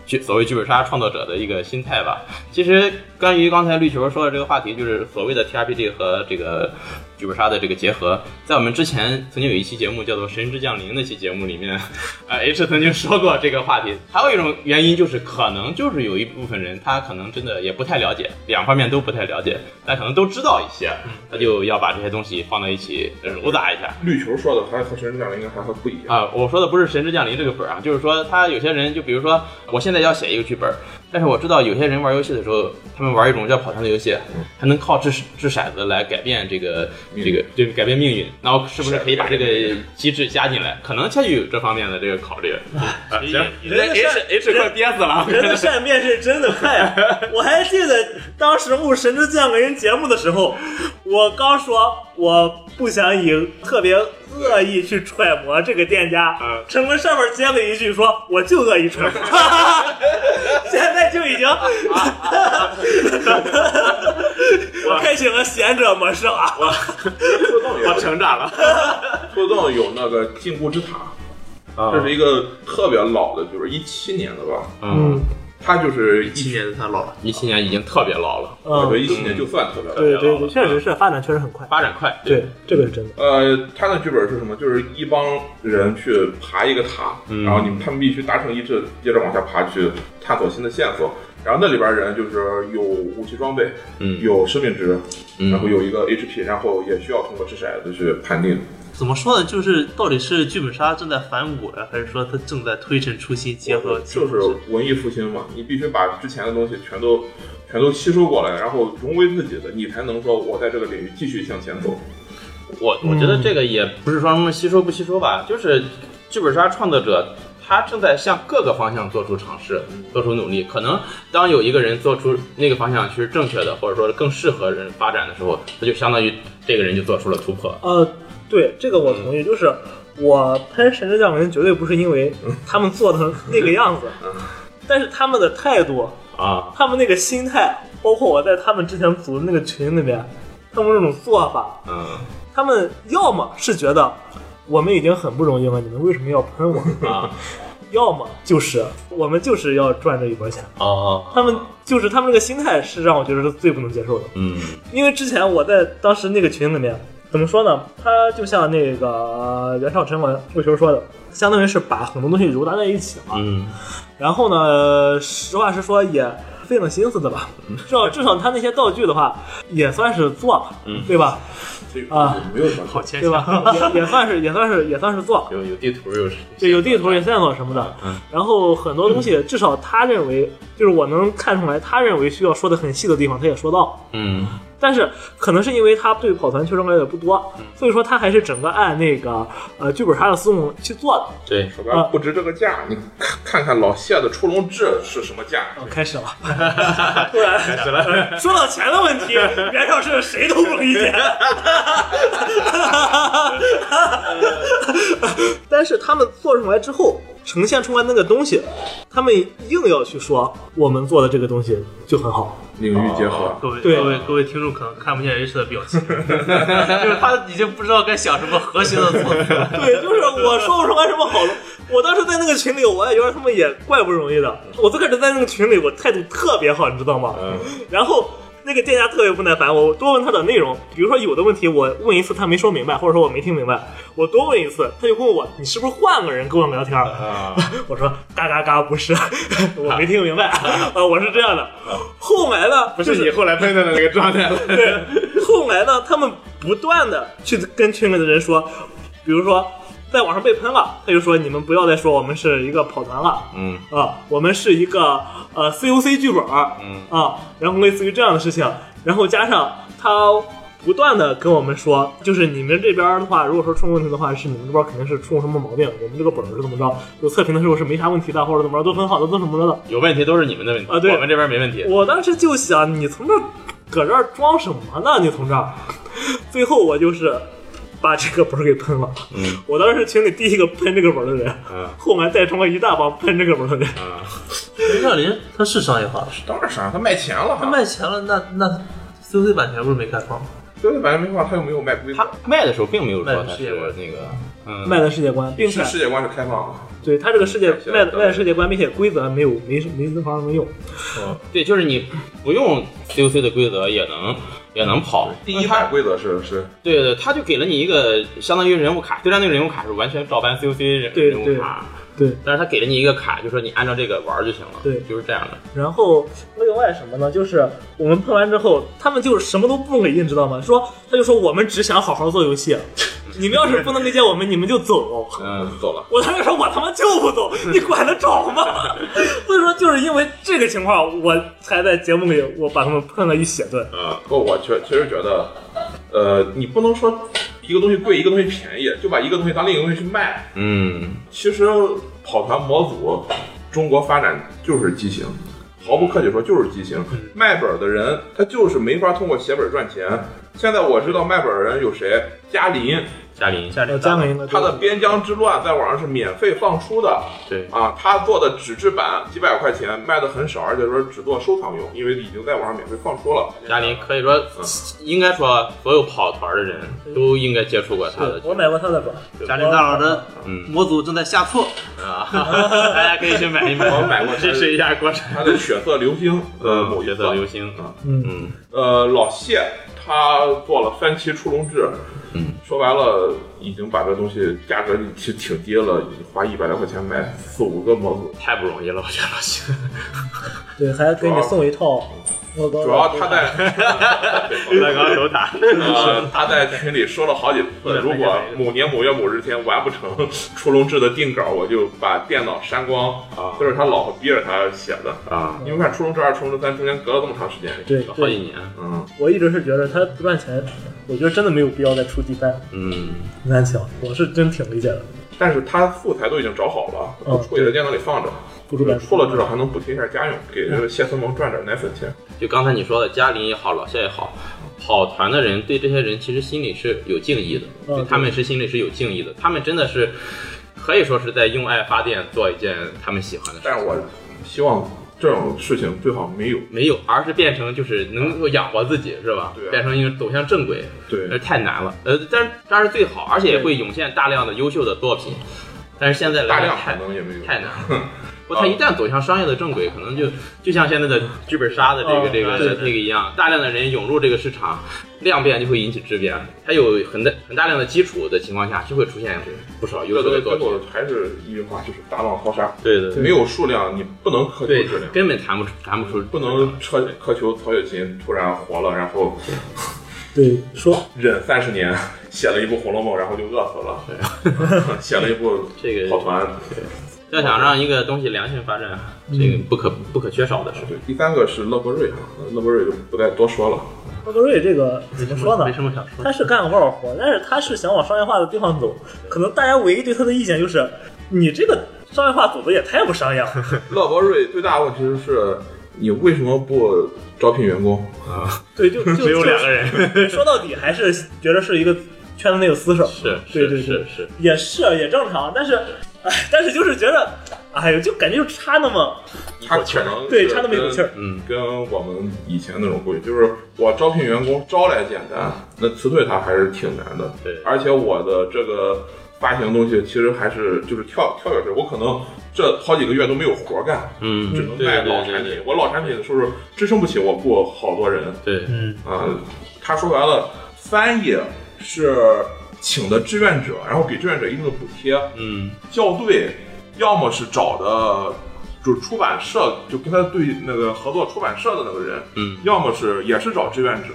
A: 剧所谓剧本杀创作者的一个心态吧。其实关于刚才绿球说的这个话题，就是所谓的 TRPG 和这个剧本杀的这个结合，在我们之前曾经有一期节目叫做《神之降临》那期节目里面， 呃，H 曾经说过这个话题。还有一种原因就是，可能就是有一部分人他可能真的也不太了解，两方面都不太了解，但可能都知道一些，他就要把这些东西放到一起揉杂一下。
B: 绿球说的还和神之降临应该还会不一样。
A: 啊，我说的不是《神之降临》这个本儿啊，就是说他有些人，就比如说我现在要写一个剧本儿，但是我知道有些人玩游戏的时候，他们玩一种叫跑团的游戏，还能靠掷掷骰子来改变这个
B: 命
A: 这
B: 运
A: 个对改变命运，那我是不是可以把这个机制加进来？可能恰具有这方面的这个考虑。啊，行，
C: 人家
A: H H 快憋死了啊，
C: 人的善变是真的快啊！我还记得当时录《神之降临》节目的时候，我刚说我不想以特别恶意去揣摩这个店家
A: 嗯，
C: 陈文上面接了一句说我就恶意揣摩， 现在就已经， 我开启了贤者模式了。
B: 树洞
A: 我
B: 有
A: 成长了。
B: 树洞有那个禁锢之塔，这是一个特别老的，就是一七年的吧。
A: 嗯，
B: 它就是一
D: 今年他老了，
A: 一七年已经特别老了，
B: 我觉得
C: 嗯，
B: 一七年就算特别老。
C: 对对对，确实是发展确实很快。
A: 发展快。
C: 对，这个是真的。
B: 呃，他的剧本是什么？就是一帮人去爬一个塔，
A: 嗯
B: 然后你们他们必须达成一致，接着往下爬去探索新的线索。然后那里边人就是有武器装备，
A: 嗯
B: 有生命值，
A: 嗯
B: 然后有一个 HP，然后也需要通过掷骰子去判定。
D: 怎么说呢？就是到底是剧本杀正在反骨呀，还是说他正在推陈出新，结合
B: 就是文艺复兴嘛，你必须把之前的东西全都全都吸收过来，然后融为自己的，你才能说我在这个领域继续向前走。
A: 我我觉得这个也不是说什么吸收不吸收吧，就是剧本杀创作者他正在向各个方向做出尝试，做出努力。可能当有一个人做出那个方向其实正确的，或者说更适合人发展的时候，那就相当于这个人就做出了突破。
C: 呃，对，这个我同意，就是我喷《神之降临》绝对不是因为他们做成那个样子， 但是他们的态度，
A: 啊，
C: 他们那个心态，包括我在他们之前组的那个群里面，他们那种做法，
A: 嗯
C: 他们要么是觉得我们已经很不容易了，你们为什么要喷我？
A: 啊，
C: 要么就是我们就是要赚这一波钱。
A: 哦，
C: 他们就是他们这个心态是让我觉得是最不能接受的，
A: 嗯
C: 因为之前我在当时那个群里面，怎么说呢？他就像那个袁绍陈文魏球说的，相当于是把很多东西揉杂在一起了。
A: 嗯
C: 然后呢，实话实说也费了心思的吧，至少至少他那些道具的话也算是做了，对吧？
B: 这个
C: 啊
B: 没有关系
D: 好牵
C: 对
D: 强，
C: 吧？也也算是也算是也算是做了。
A: 有有地图有
C: 对，有地图、有线索什么的。
A: 嗯
C: 然后很多东西，至少他认为，就是我能看出来，他认为需要说的很细的地方，他也说到。
A: 嗯
C: 但是可能是因为他对跑团确实了解不多，所以说他还是整个按那个呃剧本杀的思路去做的。
A: 对，
B: 好吧，不值这个价，你看看看老谢的出笼制是什么价？
C: 哦， 开始了，突然开始了。说到钱的问 题，袁绍是谁都不理解。 但是他们做出来之后，呈现出来那个东西，他们硬要去说我们做的这个东西就很好。
B: 领域结合，
D: 各位
C: 对
D: 各位各位听众可能看不见人士的表情，就是他已经不知道该想什么和谐的措辞了。
C: 对，就是我说不出来什么好了。我当时在那个群里，我也觉得他们也怪不容易的。我最开始在那个群里，我态度特别好，你知道吗？
B: 嗯，
C: 然后那个店家特别不耐烦我，我多问他点内容，比如说有的问题我问一次他没说明白，或者说我没听明白，我多问一次，他就问我你是不是换个人跟我聊天儿？
A: 啊
C: 我说嘎嘎嘎不是， 我没听明白 啊、我是这样的。后来呢，
A: 啊不是你后来喷的那个状态了，
C: 后来呢，他们不断的去跟群里的人说，比如说在网上被喷了，他就说你们不要再说我们是一个跑团了。
A: 嗯
C: 啊，我们是一个呃 COC 剧本，
A: 嗯
C: 啊，然后类似于这样的事情，然后加上他不断的跟我们说，就是你们这边的话，如果说出问题的话，是你们这边肯定是出了什么毛病，我们这个本儿是怎么着，就测评的时候是没啥问题的，或者怎么着都很好的，都怎么着的。
A: 有问题都是你们的问题，
C: 啊对
A: 我们这边没问题，
C: 我当时就想，你从这儿搁这儿装什么呢？你从这儿， 最后我就是把这个本儿给喷了。
A: 嗯
C: 我当时是群里第一个喷这个本儿的人，
A: 啊
C: 后面带出来一大帮喷这个本儿的人。
A: 啊，
D: 陈孝林他是商业化了，
B: 当然啊啥，他卖钱了
D: 他
B: 哈，
D: 卖钱了，那那 COC 版权不是没开放吗？
B: 对对，反正没话，他又没有卖规
A: 他
B: 则，
A: 卖的时候并没有
D: 卖
A: 说
D: 的
A: 他
D: 世界
A: 是
D: 观
A: 那个，嗯，
C: 卖的世界观，并且
B: 是世界观是开放的，
C: 对他这个世界
B: 是
C: 卖
B: 对
C: 卖的世界观，并且规则没有没没那方面用。
A: 对，就是你不用 COC 的规则也能也能跑，
B: 第一
A: 他
B: 版规则是是
A: 对对，他就给了你一个相当于人物卡，虽然那个人物卡是完全照搬 COC 人
C: 对
A: 人
C: 对
A: 物卡，
C: 对，
A: 但是他给了你一个卡，就说你按照这个玩儿就行了，
C: 对
A: 就是这样的，
C: 然后另外什么呢？就是我们喷完之后，他们就是什么都不给印，知道吗？说他就说我们只想好好做游戏，你们要是不能理解我们，你们就走。
A: 嗯，
B: 走了，
C: 我当时说，我他妈就不走，你管得着吗？ 所以说，就是因为这个情况，我才在节目里我把他们喷了一血顿。
B: 啊，不，我确确实觉得，呃，你不能说一个东西贵，一个东西便宜，就把一个东西当另一个东西去卖。
A: 嗯，
B: 其实跑团模组，中国发展就是畸形，毫不客气说就是畸形。卖本儿的人他就是没法通过写本儿赚钱。现在我知道卖本儿的人有谁？嘉林，
A: 嘉林，
D: 下
C: 呃，加美应该
B: 他的《边疆之乱》在网上是免费放出的
A: 对，
B: 啊，他做的纸质版几百块钱，卖的很少，而且说只做收藏用，因为已经在网上免费放出了。
A: 嘉林可以说、应该说所有跑团的人都应该接触过他的，
C: 我买过他的本儿，
D: 贾玲大佬的嗯
A: 嗯
D: 模组正在下挫，
A: 啊，大家可以去买一买，
B: 我买过
A: 支持一下郭晨，
B: 他的血色流星，呃，某一
A: 角嗯
B: 款
A: 色流星，
B: 啊，
C: 嗯，
A: 嗯
B: 呃，老谢他做了三期出笼制，
A: 嗯，
B: 说白了已经把这东西价格其实挺低了，花一百来块钱买四五个模组，
A: 太不容易了，我觉得老谢，
C: 对，还给你送一套乐高的。
B: 主要他 在，
A: 乐高守塔，
B: 呃，他在群里说了好几次，如果某年某月某日天完不成出笼制的定稿，我就把电脑删光
A: 啊
B: 都是他老婆逼着他写的。
A: 啊，
B: 你们看，出笼制二、出笼制三中间隔了这么长时间，
C: 对
A: 好
C: 对，
A: 几年，
B: 嗯，
C: 我一直是觉得他不赚钱，我觉得真的没有必要再出第三
A: 嗯。
C: 第三期了。我是真挺理解的，
B: 但是他素材都已经找好了，
A: 哦
B: 他不出也在电脑里放着。
C: 不出版
B: 出了至少还
A: 嗯
B: 能补贴一下家用，给这个谢森盟赚点奶粉钱。
A: 就刚才你说的，嘉林也好，老谢也好，跑团的人对这些人其实心里是有敬意的，
C: 嗯
A: 对他们是心里是有敬意的，他们真的是可以说是在用爱发电，做一件他们喜欢的事。
B: 但是我希望这种事情最好没有。
A: 没有，而是变成就是能够养活自己，是吧？
B: 对啊
A: 变成一个走向正轨，
B: 对
A: 那太难了。呃，但是当然最好，而且也会涌现大量的优秀的作品。但是现在来
B: 大
A: 讲
B: 量
A: 太
B: 可能也没有。
A: 太难了。不，它一旦走向商业的正轨，可能就就像现在的剧本杀的这个
C: 哦
A: 这个
C: 对对
A: 这个一样，大量的人涌入这个市场，量变就会引起质变。它有很大很大量的基础的情况下，就会出现不少优
B: 这
A: 秀
B: 个
A: 的作
B: 最
A: 品。
B: 后还是一句话，就是大浪淘沙，
A: 对对
B: 没有数量你不能苛求
A: 对
B: 质量，，
A: 根本谈不出谈不出，
B: 不能苛苛求曹雪芹突然火了，然后
C: 对，说
B: 忍三十年写了一部《红楼梦》，然后就饿死了，写了一部
A: 这个
B: 跑团。
A: 要想让一个东西良性发展，这
B: 嗯
A: 个不可不可缺少的是。
B: 对，第三个是勒伯瑞，勒伯瑞就不再多说了。
C: 莫格瑞这个怎么说呢
D: 没？什么想说的。
C: 他是干过活，但是他是想往商业化的地方走。可能大家唯一对他的意见就是，你这个商业化走的也太不商业了。
B: 勒伯瑞最大的问题是，你为什么不招聘员工？
C: 对，就就
D: 只有两个。人，
C: 就说到底还是觉得是一个圈子内的私生，
A: 是
C: 对
A: 是
C: 对对
A: 是是，
C: 也是啊也正常，但是，哎，但是就是觉得，哎呦，就感觉就差那么
B: 他可能
C: 对
B: 是
C: 差那么一股气儿
B: 跟
A: 嗯，
B: 跟我们以前那种规矩，就是我招聘员工招来简单，那辞退他还是挺难的。
A: 对
B: 而且我的这个发行东西其实还是就是跳跳跃式，我可能这好几个月都没有活干，
A: 嗯，
B: 只
A: 对
B: 能卖
A: 对
B: 老
A: 对
B: 产
A: 对对。
B: 品我老产品是不是支撑不起我雇好多人
A: 对，
D: 嗯
B: 啊、他说白了，翻译是请的志愿者，然后给志愿者一定的补贴，
A: 嗯，
B: 校对，要么是找的就是出版社，就跟他对那个合作出版社的那个人，
A: 嗯
B: 要么是也是找志愿者。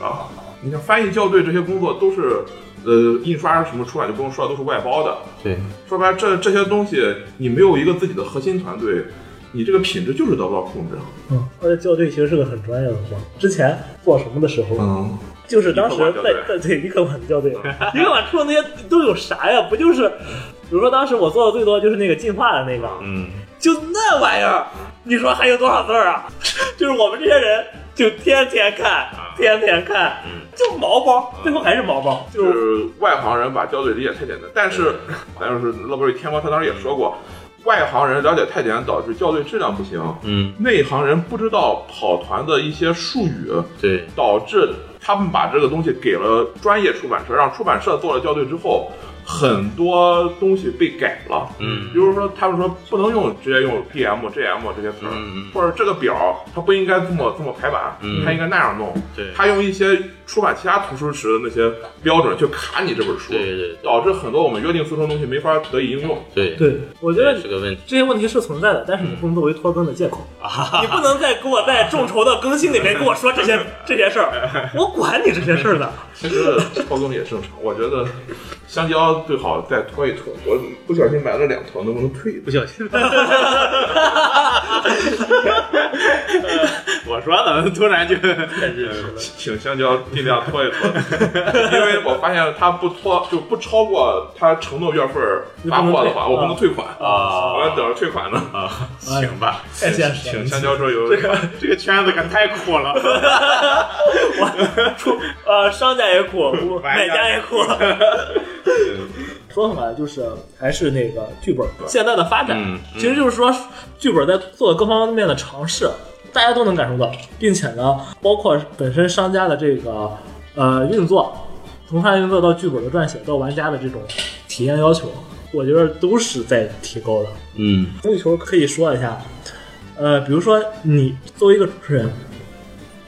B: 你像翻译、校对这些工作都是，呃，印刷什么出版就不用说了，都是外包的。
A: 对，
B: 说白了，这这些东西你没有一个自己的核心团队，你这个品质就是得不到控制。
C: 嗯，而且校对其实是个很专业的活。之前做什么的时候，
B: 嗯，
C: 就是当时
B: 尼克晚校
C: 在
B: 队
C: 在对尼克晚校对，尼克晚出的那些都有啥呀？不就是，比如说当时我做的最多就是那个进化的那个，
A: 嗯，
C: 就那玩意儿，你说还有多少字儿啊？ 就是我们这些人就天天看，
A: 啊
C: 天天看，
A: 嗯
C: 就毛包，最后还是毛包，
B: 就
C: 就是
B: 是外行人把校对理解太简单，但是，咱就是勒布瑞天猫，他当时也说过，外行人了解太简单，导致校对质量不行。
A: 嗯，
B: 内行人不知道跑团的一些术语，
A: 对，
B: 导致他们把这个东西给了专业出版社，让出版社做了校对之后，很多东西被改了。
A: 嗯
B: 比如说他们说不能用直接用 DM、GM 这些词儿，
A: 嗯嗯
B: 或者这个表它不应该这么这么排版，
A: 嗯
B: 它应该那样弄。
A: 对
B: 他用一些出版其他图书时的那些标准去卡你这本书，
A: 对对对
B: 导致很多我们约定俗成的东西没法得以应用。
A: 对，
C: 对，我觉得
A: 是啊个问题。
C: 这些问题是存在的，但是你不能作为拖更的借口，你不能再给我在众筹的更新里面跟我说 这些这些事儿，我管你这些事儿呢。
B: 其实超更也正常，我觉得香蕉最好再拖一拖。我不小心买了两条，能不能退一步
D: 不？小心。
A: 我说呢，突然就
B: 请香蕉尽量拖一拖，因为我发现它不拖就不超过它承诺月份儿发货的话，
C: 你不能退
B: 我不能退款
A: 啊
B: 我还等着退款呢。
A: 啊，行吧，
C: 哎太现实
B: 请
C: 了，
B: 香蕉桌游，
A: 这个圈子可太苦了。
C: 我 出呃商家也苦，我买家也苦。 说回来就是还是那个剧本现在的发展，
A: 嗯嗯
C: 其实就是说剧本在做各方面的尝试，大家都能感受到，并且呢，包括本身商家的这个呃运作，从商业运作到剧本的撰写到玩家的这种体验要求，我觉得都是在提高的。
A: 嗯
C: 足球可以说一下，呃，比如说你作为一个主持人，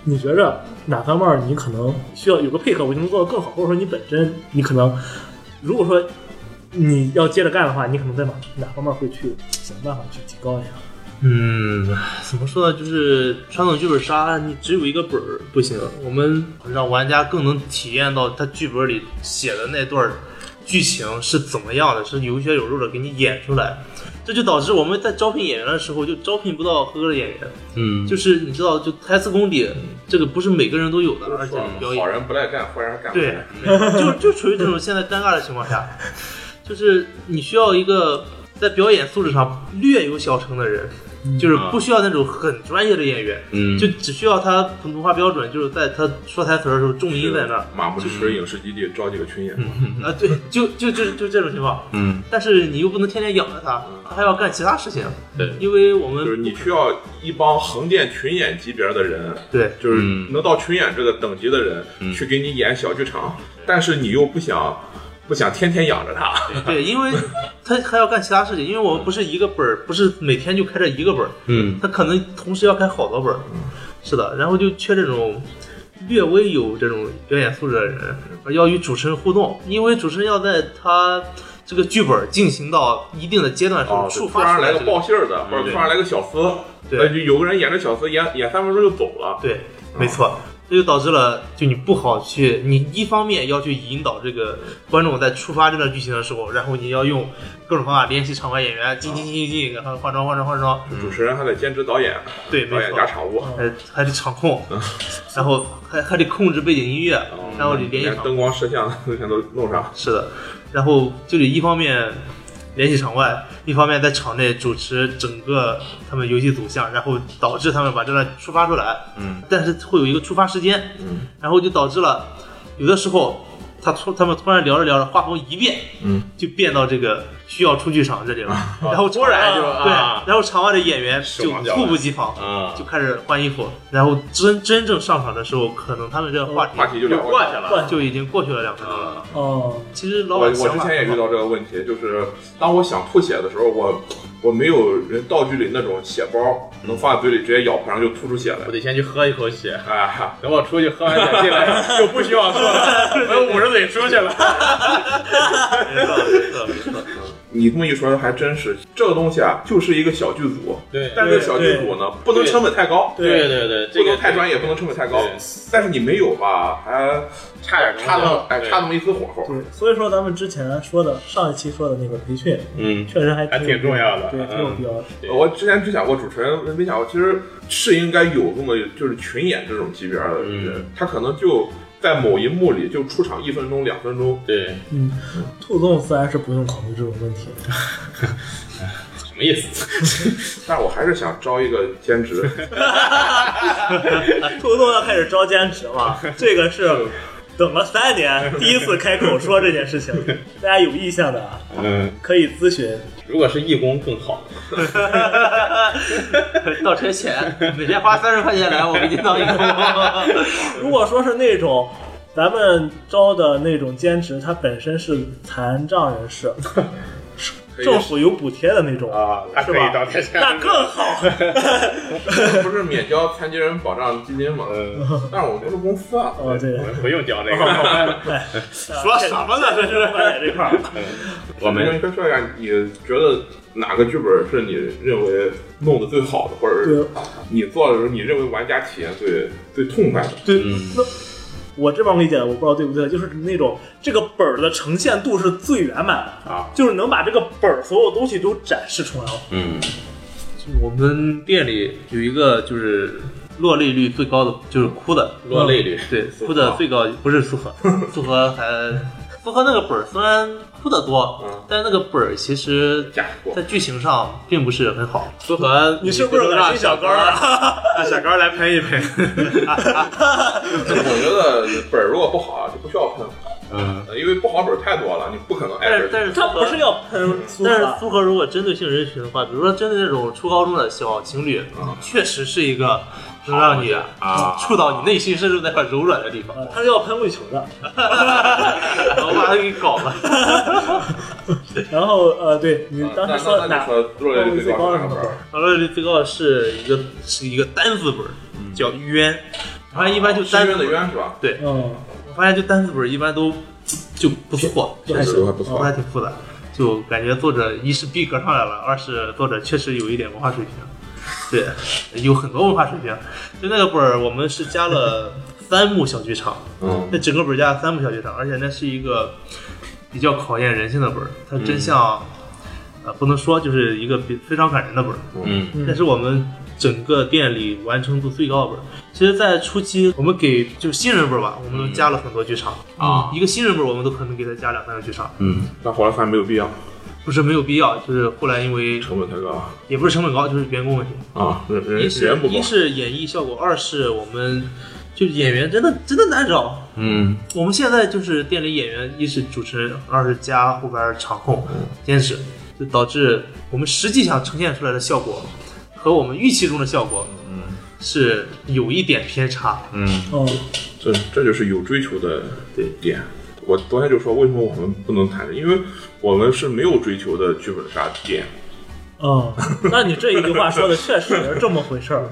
C: 你觉着哪方面儿你可能需要有个配合，我就能做得更好，或者说你本身你可能，如果说你要接着干的话，你可能在哪哪方面儿会去想办法去提高一下。
D: 嗯，怎么说呢？就是传统剧本杀，你只有一个本儿不行。我们让玩家更能体验到他剧本里写的那段剧情是怎么样的，是有血有肉的给你演出来。这就导致我们在招聘演员的时候，就招聘不到合格的演员。
A: 嗯，
D: 就是你知道，就台词功底，这个不是每个人都有的，而且表演
B: 好人不赖干，坏人干不
D: 对
B: 来。，
D: 就就处于这种现在尴尬的情况下，就是你需要一个在表演素质上略有小成的人，
B: 嗯
D: 就是不需要那种很专业的演员，
A: 啊嗯
D: 就只需要他普通话标准，就是在他说台词儿的时候重音在那儿
B: 马不停蹄影视基地招几个群演嘛，
D: 啊，对，就就就就这种情况。
A: 嗯，
D: 但是你又不能天天养着他，他还要干其他事情，
A: 对，
D: 因为我
B: 就是
D: 们
B: 你需要一帮横店群演级别的人，
D: 对
B: 就是
A: 嗯
B: 能到群演这个等级的人、
A: 嗯
B: 去给你演小剧场，但是你又不想不想天天养着他，
D: 对，因为他还要干其他事情，因为我们不是一个本儿，不是每天就开着一个本儿，
A: 嗯
D: 他可能同时要开好多本儿，
B: 嗯
D: 是的，然后就缺这种略微有这种表演素质的人，而要与主持人互动，因为主持人要在他这个剧本进行到一定的阶段时候
B: 啊，
D: 触
B: 突
D: 哦发
B: 然
D: 出
B: 来
D: 来
B: 个
D: 这个，
B: 报信儿的，或者
A: 对
B: 突然来个小厮，
D: 对
B: 那就有个人演着小厮演演三分钟就走了，
D: 对，没错。这就导致了，就你不好去，你一方面要去引导这个观众在触发这段剧情的时候，然后你要用各种方法联系场外演员，进进进进进，然后化妆化妆化妆，
B: 主持人还得兼职导演，
D: 对，嗯没
B: 导哦演
D: 错
B: 加，场务，
D: 还还得场控，
B: 嗯
D: 然后还还得控制背景音乐，
B: 哦
D: 然后得联系
B: 连
D: 场
B: 灯光摄像全都弄上，
D: 是的，然后就得一方面联系场外，一方面在场内主持整个他们游戏走向，然后导致他们把这段触发出来。
A: 嗯，
D: 但是会有一个触发时间，
B: 嗯，
D: 然后就导致了有的时候他突他们突然聊着聊着，画风一变，
B: 嗯，啊
D: 就变到这个需要出剧场这里了，然后突
A: 然就
D: 对
A: 啊，
D: 然后场外的演员
B: 手
D: 就
B: 忙脚
D: 猝
B: 乱
D: 不及防。
A: 啊
D: 就开始换衣服，然后真真正上场的时候，可能他们这个话题啊
B: 话题就聊
A: 过去了
C: 过去
D: 就已经过去了两分钟了。
C: 哦，
D: 其实老
B: 我我
D: 板
B: 之
D: 想法
B: 前也遇到这个问题，就是当我想吐血的时候，我我没有人道具里那种血包，能放在嘴里直接咬破，然后就吐出血来
A: 我。得先去喝一口血，
B: 哎，
A: 等我出去喝完血进 来就不需要做了，我捂着嘴出去了。
D: 没错没错没错，
B: 你这么一说还真是，这个东西啊，就是一个小剧组，
A: 对
B: 但是小剧组呢，不能成本太高，
A: 对对对，
B: 不
A: 这个
B: 能太专业，不能成本太高
A: 对。
B: 但是你没有吧，还
A: 差点
B: 差那么哎
A: 对
B: 差那么一丝火候。
C: 对，所以说咱们之前说的上一期说的那个培训，
A: 嗯
C: 确实还
A: 还挺
C: 有必
A: 重要的
C: 对，
A: 嗯
C: 挺有必要的。
A: 对
B: 我之前只想过主持人，没想过其实是应该有这么就是群演这种级别的人，
A: 嗯
B: 他可能就在某一幕里就出场一分钟、两分钟，
A: 对，
C: 嗯，兔总自然是不用考虑这种问题。
A: 什么意思？
B: 但是我还是想招一个兼职，
C: 兔总要开始招兼职 了，这个是等了三年第一次开口说这件事情，大家有意向的啊
A: 嗯，
C: 可以咨询。
A: 如果是义工更好。
D: 倒车钱，每天花三十块钱来，我给你当一 个。
C: 如果说是那种。咱们招的那种兼职，他本身是残障人 士，
B: 可以
C: 政府有补贴的那种
A: 啊那
C: 是
A: 可以
C: 吧？
A: 当天线
C: 那更 好。
B: 不是免交残疾人保障基金吗？
A: 嗯
B: 但是我们是公司啊，
C: 哦，对
A: 我，们不用讲这个。
C: 说
D: 什么呢 这是
C: 这 块儿，
A: 我
B: 你可以说一下，你觉得哪个剧本是你认为弄得最好的，或者是
C: 对
B: 你做的时候你认为玩家体验最最痛快的？
C: 对，那我这帮理解的，我不知道对不对，啊就是那种这个本儿的呈现度是最圆满的
A: 啊，
C: 就是能把这个本儿所有东西都展示出来了。
A: 嗯
D: 我们店里有一个就是落泪率最高的，就是哭的，
A: 落泪率
D: 对，哭的最高不是苏 荷，苏荷还苏荷那个本儿虽然哭的多
B: 嗯，
D: 但是那个本儿其实
B: 假货
D: 在剧情上并不是很好。苏荷，
C: 你是不是恶
D: 让
C: 心小啊
D: 高
C: 高了？
D: 让小高来喷一 喷？
B: 我觉得本儿如果不好，啊就不需要喷，
A: 嗯，
B: 呃因为不好本儿太多了，你不可能挨
D: 但
B: 着
D: 是
B: 去。
D: 但是
C: 他不是要喷苏
D: 但是
C: 荷，
D: 苏荷如果针对性人群的话，比如说针对那种初高中的小情侣，
C: 嗯
D: 确实是一个能让你
A: 啊
D: 触到你内心深处那块柔软的 地方，
C: 呃他是要喷绿球的。
D: 我把它给搞了。
C: 然后呃，对你
B: 啊
C: 当
B: 那
C: 时说
B: 那那
C: 哪
B: 你说落泪率最高是
C: 哪
B: 哪
C: 个
B: 个
C: 本
B: 本
C: 儿
B: 儿？
D: 然后最高的是一个是一个单字本儿，叫冤，我发现一般就单
B: 深
D: 字
B: 渊
D: 本
B: 的
D: 儿，
B: 渊嗯哦是吧？
C: 嗯，
D: 我发现就单字本儿一般都就不
B: 哦
D: 错，
C: 就还行。
B: 还不
D: 不还挺复杂。就感觉作者一是逼格上来了，二是作者确实有一点文化水平，对，有很多文化水平。就那个本儿，我们是加了三幕小剧场，
B: 嗯，
D: 那整个本儿加了三幕小剧场，而且那是一个比较考验人性的本儿，它
B: 嗯
D: 真相、呃不能说就是一个比非常感人的本儿，
A: 嗯
C: 嗯
D: 那是我们整个店里完成度最高的本儿。其实，在初期我们给就是新人本儿吧，我们都加了很多剧场
A: 啊
B: 嗯
D: 一个新人本儿我们都可能给他加两三个剧场，
A: 嗯，
B: 那后来发现没有必要。
D: 不是没有必要，就是后来因为
B: 成本太高
D: 也不是成本高，就是员工问题。
B: 啊，人人
D: 一是
B: 人不够
D: 一是演绎效果，二是我们就演员真的真的难找。
A: 嗯，
D: 我们现在就是店里演员，一是主持人，二是加后边场控、监制，就导致我们实际想呈现出来的效果和我们预期中的效果，嗯，是有一点偏差。
C: 哦，
B: 这这就是有追求的
D: 对
B: 点。我昨天就说为什么我们不能谈这，因为我们是没有追求的剧本杀点。
C: 哦，那你这一句话说的确实是这么回事儿，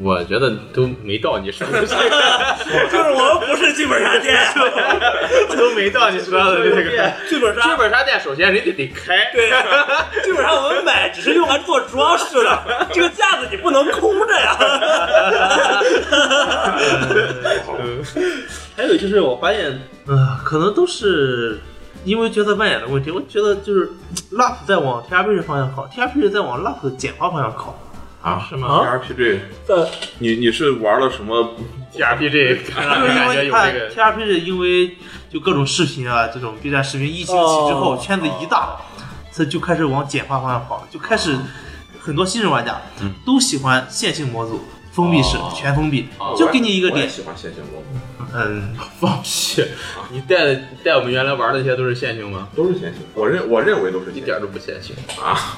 A: 我觉得都没到你说的 这个，
C: 就是我们不是剧本杀店，
A: 都没到你说 的这个。
C: 剧本
A: 剧
C: 杀
A: 本杀店首先人家得开，
C: 对，剧本杀我们买只是用来做装饰的，这个架子你不能空着呀。
D: 还有就是我发现，呃，可能都是因为角色扮演的问题，我觉得就是 LUF 在往 TRPG 方向靠，TRPG 在往 LUF 的简化方向靠。
A: 啊，是吗？
C: 啊
B: RPG，
C: 在
B: 你你是玩了什么？
A: T R P G
D: 就是 因
A: 感觉
D: 为
A: 有
D: 看
A: 这个
D: TRPG，因为就各种视频啊，这种 B 站视频一兴起之后，
C: 哦
D: 圈子一大，它就开始往简化方向跑，就开始很多新人玩家
B: 嗯
D: 都喜欢线性模组、封闭式、
A: 哦
D: 全封闭
A: 哦，
D: 就给你一个
B: 我也
D: 点，
B: 喜欢线性模，
D: 嗯，
A: 放屁！你带的带我们原来玩的那些都是线性吗？
B: 都是线性。我认我认为都是
A: 一
B: 线性
A: 点儿都不线性，
B: 啊。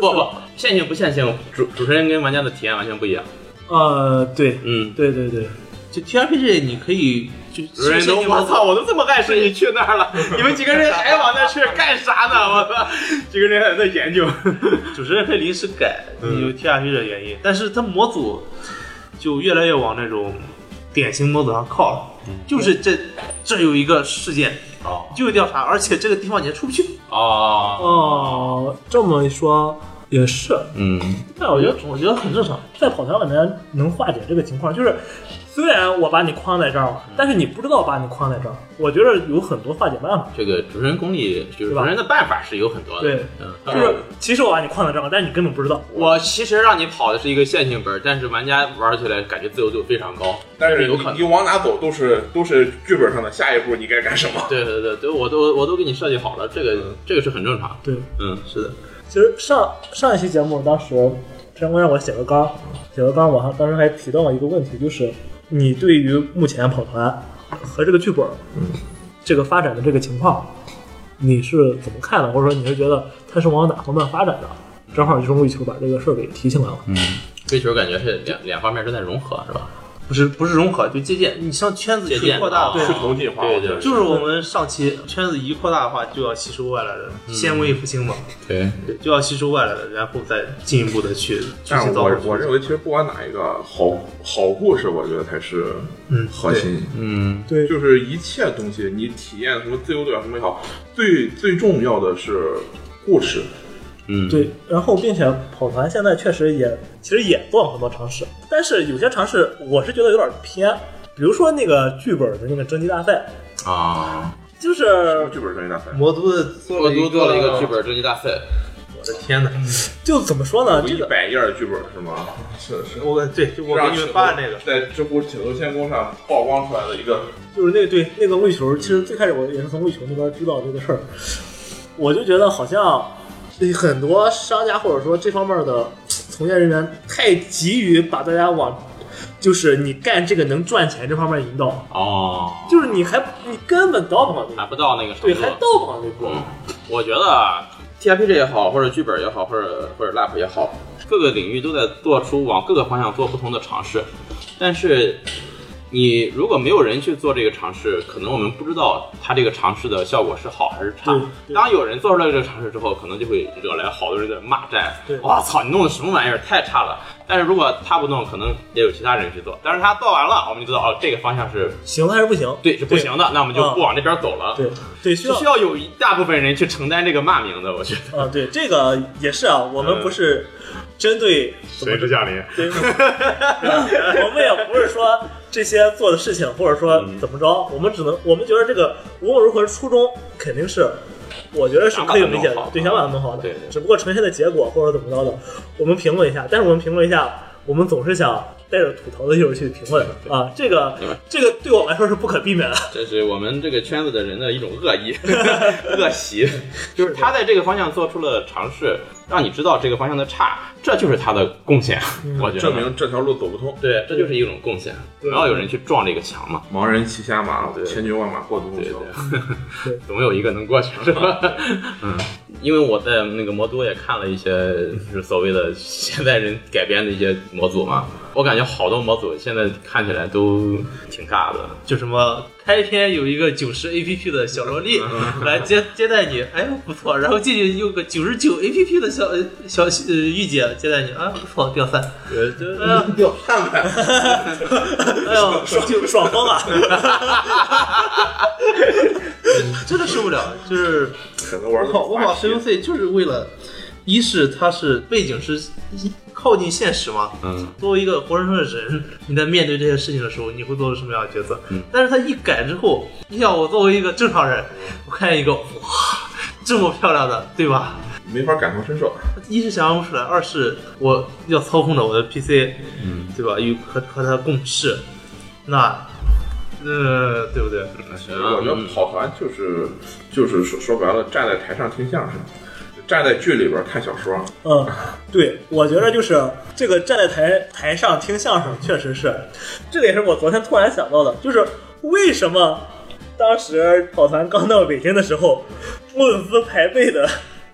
A: 不不，线性不线性，主主持人跟玩家的体验完全不一样。
C: 呃，对，
A: 嗯，
C: 对对对，
D: 就 TRPG 你可以就
A: 主持人都我操，我都这么暗示你去那儿了， 你们几个 人还往那去干啥呢？我操，几个人还在那研究。
D: 主持人可以临时改，有 TRPG 的原
A: 嗯
D: 因，但是它模组就越来越往那种典型模组上靠了，就是这这有一个事件。
A: 嗯哦
D: 就调查，而且这个地方你还出不去，
A: 哦，
C: 哦，这么一说也是，
A: 嗯，
C: 但我觉得
D: 我觉得很正常。
C: 在跑团里面能化解这个情况，就是虽然我把你框在这儿了，但是你不知道把你框在这儿，我觉得有很多化解办法。
A: 这个主持人功力就是
C: 是
A: 主
C: 吧
A: 持人的办法是有很多的。
C: 对
A: 嗯，
C: 就是其实我把你框在这儿了，但是你根本不知道。
A: 我其实让你跑的是一个线性本，但是玩家玩起来感觉自由度非常高，
B: 但
A: 这
B: 是
A: 有可
B: 你
A: 能。
B: 你往哪走都是都是剧本上的下一步你该干什么。
A: 对对对对，我都我都给你设计好了，这个这个是很正常。
C: 对，
A: 嗯，是的，
C: 其实上上一期节目，当时陈工让我写个纲，写个纲，我还当时还提到了一个问题，就是你对于目前跑团和这个剧本，
B: 嗯
C: 这个发展的这个情况，你是怎么看的？或者说你是觉得它是往哪方面发展的？正好就是为求把这个事儿给提醒来了。
A: 追求感觉是两两方面正在融合，是吧？
D: 不是不是融合，就借鉴。你像圈子
A: 借
D: 一
A: 鉴哦
D: 扩大，
A: 对
B: 势头进化，
A: 对对
B: 我觉得
D: 就是我们上期圈子一扩大的话，就要吸收外来的，先微复兴嘛，
A: 对，
D: 对，就要吸收外来的，然后再进一步的去去
B: 但
D: 制
B: 是
D: 造。
B: 我我认为，其实不管哪一个好好故事，我觉得才是
D: 嗯
B: 核心。
A: 嗯
C: 对
B: 就是一切东西，你体验什么自由度啊什么也好，最最重要的是故事。
A: 嗯，
C: 对，然后并且跑团现在确实也其实也做了很多尝试，但是有些尝试我是觉得有点偏，比如说那个剧本的那个征集大赛，
A: 啊，
C: 就是
B: 剧本专业大赛，
D: 魔都的做
A: 我都做了一个剧
D: 剧本，
A: 本征集大赛，
D: 我的天哪！
C: 就怎么说呢，
B: 有
C: 这
B: 一
C: 个
B: 百页的剧本是吗？是是。
D: 我对，就我
B: 让
D: 给你
B: 雪
D: 们
B: 球
D: 发的那个，
B: 在知乎铁路天宫上曝光出来的一个，
C: 就是那个对那个魏球，其实最开始我也是从魏球那边知道这个事儿，我就觉得好像呃很多商家或者说这方面的呃从业人员太急于把大家往就是你干这个能赚钱这方面引导，
A: 哦，
C: 就是你还你根本到不了那
A: 还
C: 个，
A: 不到那个程
C: 对，还
A: 度。
C: 到不了那步。
A: 嗯，我觉得啊 TRPG 也好，或者剧本也好，或者或者 LAP 也好，各个领域都在做出往各个方向做不同的尝试。但是你如果没有人去做这个尝试，可能我们不知道它这个尝试的效果是好还是差
C: 对。对
A: 当有人做出来这个尝试之后，可能就会惹来好多人的骂战
C: 对。
A: 我操，你弄的什么玩意儿，太差了！但是如果他不弄，可能也有其他人去做。但是他做完了，我们就知道哦，这个方向是
C: 行还是不行？
A: 对是不行的，那我们就
C: 嗯
A: 不往那边走了。
C: 对对，需
A: 是
C: 要
A: 需要有一大部分人去承担这个骂名的，我觉得。
C: 啊，对这个也是啊，我们不是针对怎么
A: 之降临？
C: 对， 我们也不是说这些做的事情，或者说
A: 嗯
C: 怎么着，我们只能我们觉得这个无论如何初衷肯定是，我觉得是可以理解
A: 想把它弄好，
C: 的对，想把它弄好的，
A: 对对
C: 只不过呈现的结果或者怎么着的，我们评论一下，但是我们评论一下，我们总是想带着吐槽的乐趣评论啊，这个这个对我来说是不可避免的。
A: 这是我们这个圈子的人的一种恶 意、恶习，就是 他在这个方向做出了尝试，让你知道这个方向的差，这就是他的贡献。我觉得
B: 证明这条路走不通，
A: 对，这就是一种贡献。不要有人去撞这个墙嘛，
B: 盲人骑瞎马，千军万马过独木
A: 对
B: 桥。
A: 对，总有一个能过去，是吧？ 嗯，因为我在那个魔都也看了一些，就是所谓的现代人改编的一些模组嘛，我感觉好多模组现在看起来都挺尬的。
D: 就什么开篇有一个九十 A P P 的小萝莉
A: 嗯
D: 来接接待你，哎呦不错，然后进去有个九十九 A P P 的小呃小呃御姐接待你，啊不错，掉饭，
A: 呃
D: 哎呀
B: 掉汗了，
D: 哎 呦，
C: 爽爽疯了，
D: 真的受不了，就是
B: 可能玩
D: 我
B: 的
D: 跑我跑 C U C 就是为了，一是它是背景是靠近现实嘛，
A: 嗯，
D: 作为一个活生生的人，你在面对这些事情的时候，你会做出什么样的角色？
A: 嗯
D: 但是他一改之后，你想我作为一个正常人，我看一个哇，这么漂亮的，对吧？
B: 没法感同身受。
D: 一是想象不出来，二是我要操控着我的 PC，
A: 嗯，
D: 对吧？与和和它共事，那，呃，对不对？
B: 我觉得
A: 嗯
B: 跑团就是就是说说白了，站在台上听相声，站在剧里边看小说。啊
C: 嗯，对，我觉得就是这个站在台台上听相声，确实是，这个也是我昨天突然想到的，就是为什么当时跑团刚到北京的时候，论资排辈的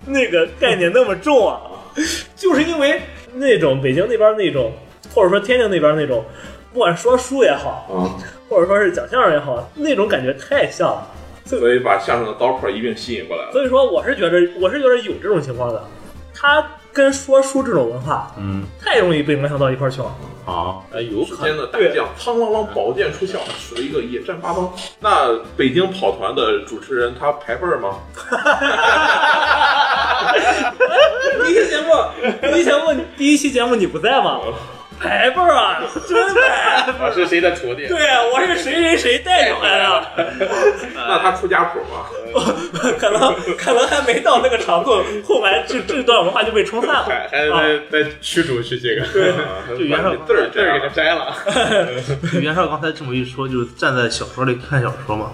C: 那个概念那么重啊， 就是因为那种北京那边那种，或者说天津那边那种，不管说书也好，
A: 嗯
B: 啊，
C: 或者说是讲相声也好，那种感觉太像了。
B: 所以把相声的刀块一并吸引过来了。
C: 所以说，我是觉得我是觉得有这种情况的，它跟说书这种文化
A: 嗯，
C: 太容易被影响到一块儿去了。
A: 好，哎，有
B: 之
A: 可能
B: 间的大将，苍啷啷宝剑出鞘，使了一个野战八方。那北京跑团的主持人他排辈儿吗？
C: 第一期节目，第一期节目，第一期节目你不在吗？排辈儿啊，真排！
A: 我是谁的徒弟？
C: 对，啊我是谁谁谁带出来的，啊
A: 哎
B: 那他出家谱吗？
C: 可能可能还没到那个长度，后来这这段文化就被冲散了。
B: 哎
C: 啊
A: 还还在在驱逐去这个，
B: 啊
D: 就原上
B: 把你字儿
A: 这儿给
B: 摘
A: 他
B: 了。
A: 摘了。
D: 袁绍刚才这么一说，就是站在小说里看小说嘛，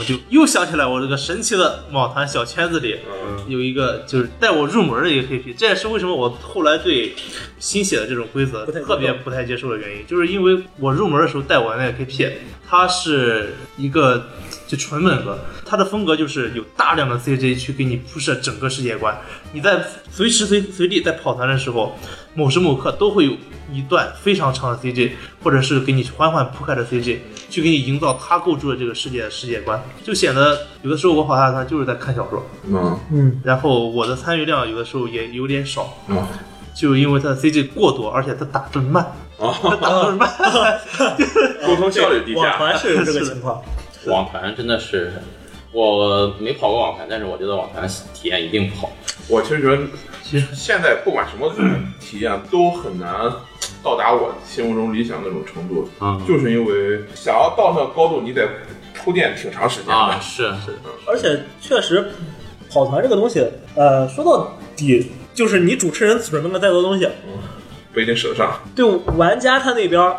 D: 我就又想起来我这个神奇的网坛小圈子里，
B: 嗯
D: 有一个就是带我入门的一个 KP，这也是为什么我后来对新写的这种规则
C: 不太接受
D: 特别不太接受的原因，就是因为我入门的时候带我的那个 KP，他是一个就纯本格，他的风格就是有大量的 CJ 去给你铺设整个世界观，你在随时随随地在跑团的时候，某时某刻都会有一段非常长的 CG，或者是给你缓缓铺开的 CG，去给你营造他构筑的这个世界的世界观，就显得有的时候我跑大团就是在看小说，
B: 嗯
C: 嗯，
D: 然后我的参与量有的时候也有点少，
B: 嗯。
D: 就因为它的 CG 过多，而且它打得慢，
B: 嗯
D: 它打得慢，
B: 沟通效率低
C: 网
B: 下，
C: 团是有这个情况。
A: 网团真的是，我没跑过网团，但是我觉得网团体验一定不好。
B: 我其实觉得
D: 其实
B: 现在不管什么体验都很难到达我心目中理想那种程度，
A: 嗯
B: 就是因为想要到那高度，你得铺垫挺长时间的。
A: 啊，是是，
C: 而且确实，跑团这个东西，呃，说到底就是你主持人准备了再多东西，
B: 不一定使得上。
C: 对玩家他那边儿，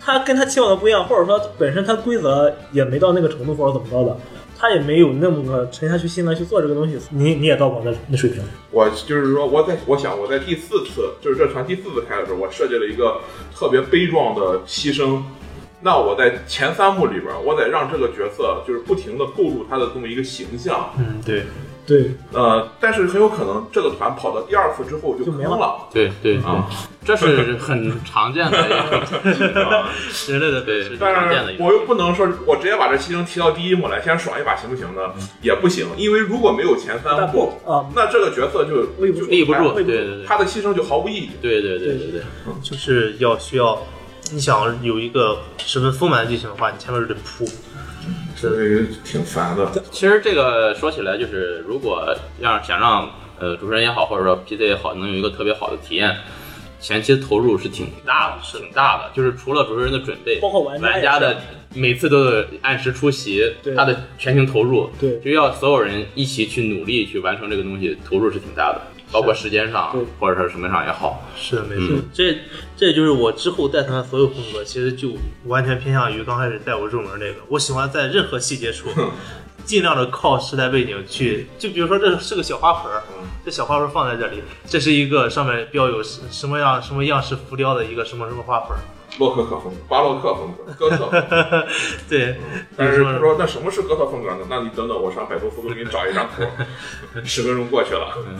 C: 他跟他期望的不一样，或者说本身他规则也没到那个程度，或者怎么着的，他也没有那么个沉下去心来去做这个东西，你你也到不了那那水平。
B: 我就是说，我在我想我在第四次，就是这船第四次开的时候，我设计了一个特别悲壮的牺牲。那我在前三幕里边，我得让这个角色就是不停的构筑他的这么一个形象。
D: 嗯对，
C: 对，
B: 呃，但是很有可能这个团跑到第二次之后就
C: 就
B: 坑
C: 没
B: 了。
A: 对对对
B: 啊，
A: 这是很常见的一个，
B: 啊
D: 人类的
A: 对
D: 是
A: 常见
B: 但
A: 的一
B: 是
A: 个
B: 我又不能说我直接把这牺牲提到第一幕来，先爽一把行不行呢？
A: 嗯
B: 也不行，因为如果没有前三
C: 但
B: 幕
C: 不，啊，
B: 那这个角色就
C: 立不
B: 就哎
C: 住
A: 立不住，对对
C: 立不住
A: 对
B: 他的牺牲就毫无意义。
A: 对对对对对，
D: 就是要需要，你想有一个十分丰满的剧情的话，你前面就得铺，
B: 所以挺烦的。
A: 其实这个说起来，就是如果让想让呃主持人也好，或者说 PC 也好，能有一个特别好的体验，前期投入是挺大的，是挺大的。就是除了主持人的准备，
C: 包括玩家也
A: 玩
C: 是
A: 家的每次都得按时出席
C: 对，
A: 他的全情投入，
C: 对
A: 就要所有人一起去努力去完成这个东西，投入是挺大的。包括时间上
D: 对，
A: 或者是什么上也好，
D: 是的，没错，
A: 嗯
D: 这这就是我之后带团的所有风格，其实就完全偏向于刚开始带我入门那个。我喜欢在任何细节处， 尽量的靠时代背景去，就比如说这是个小花盆儿，
B: 嗯
D: 这小花盆儿放在这里，这是一个上面标有什什么样什么样式浮雕的一个什么什么花盆儿，
B: 洛可可风格、巴洛克风格、哥特 风格。
D: 对，比
B: 嗯但
D: 如
B: 是
D: 说
B: 他说那什么是哥特风格呢？那你等等，我上百度搜给你找 一张图。十分钟过去了，
A: 嗯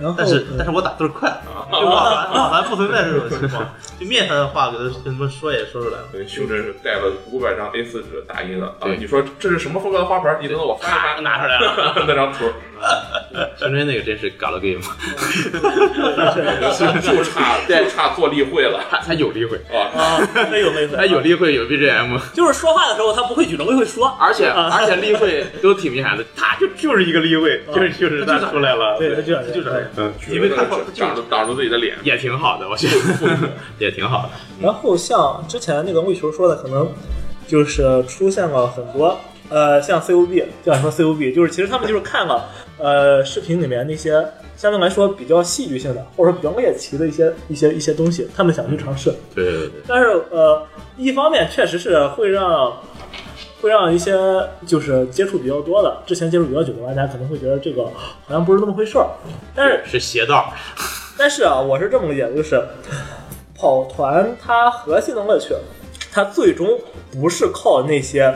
C: 然后
D: 但是
C: 呃
D: 但是我打字儿快，
B: 嗯
D: 就网盘网盘不存在这种情况，就面上的话给他给他们说也说出来了。
B: 对，胸针是带了五百张 A4 纸打印的啊
A: 对！
B: 你说这是什么风格的花盆？你等等我翻
A: 啪
B: 一翻
A: 拿出来了。
B: 那 张图，
A: 胸针那个真是 g a l game，
B: 就差就差做例会了
A: 他他有例会，啊
B: 啊！
E: 啊，没有没有，
A: 他
D: 哎
A: 有例会有 BGM，
E: 就是说话的时候他不会举着，我会说，
A: 而且
E: 啊
A: 而且例会都挺厉害的，他就就是一个例会，
D: 啊
A: 就是就是他出来了，
C: 对，他就
D: 就这样，
A: 嗯，
B: 因为他挡着挡住自己的脸，
A: 也挺好的，我觉得也挺好的。
C: 然后像之前那个魏球说的，可能就是出现了很多，呃，像 CUB，就想说 CUB，就是其实他们就是看了，呃，视频里面那些相对来说比较戏剧性的，或者说比较猎奇的一些一些一些东西，他们想去尝试。
A: 对对对对，
C: 但是呃，一方面确实是会让会让一些就是接触比较多的，之前接触比较久的玩家可能会觉得这个好像不是那么回事儿。但是
A: 是邪道，
C: 但是啊，我是这么理解的，就是跑团它核心的乐趣，它最终不是靠那些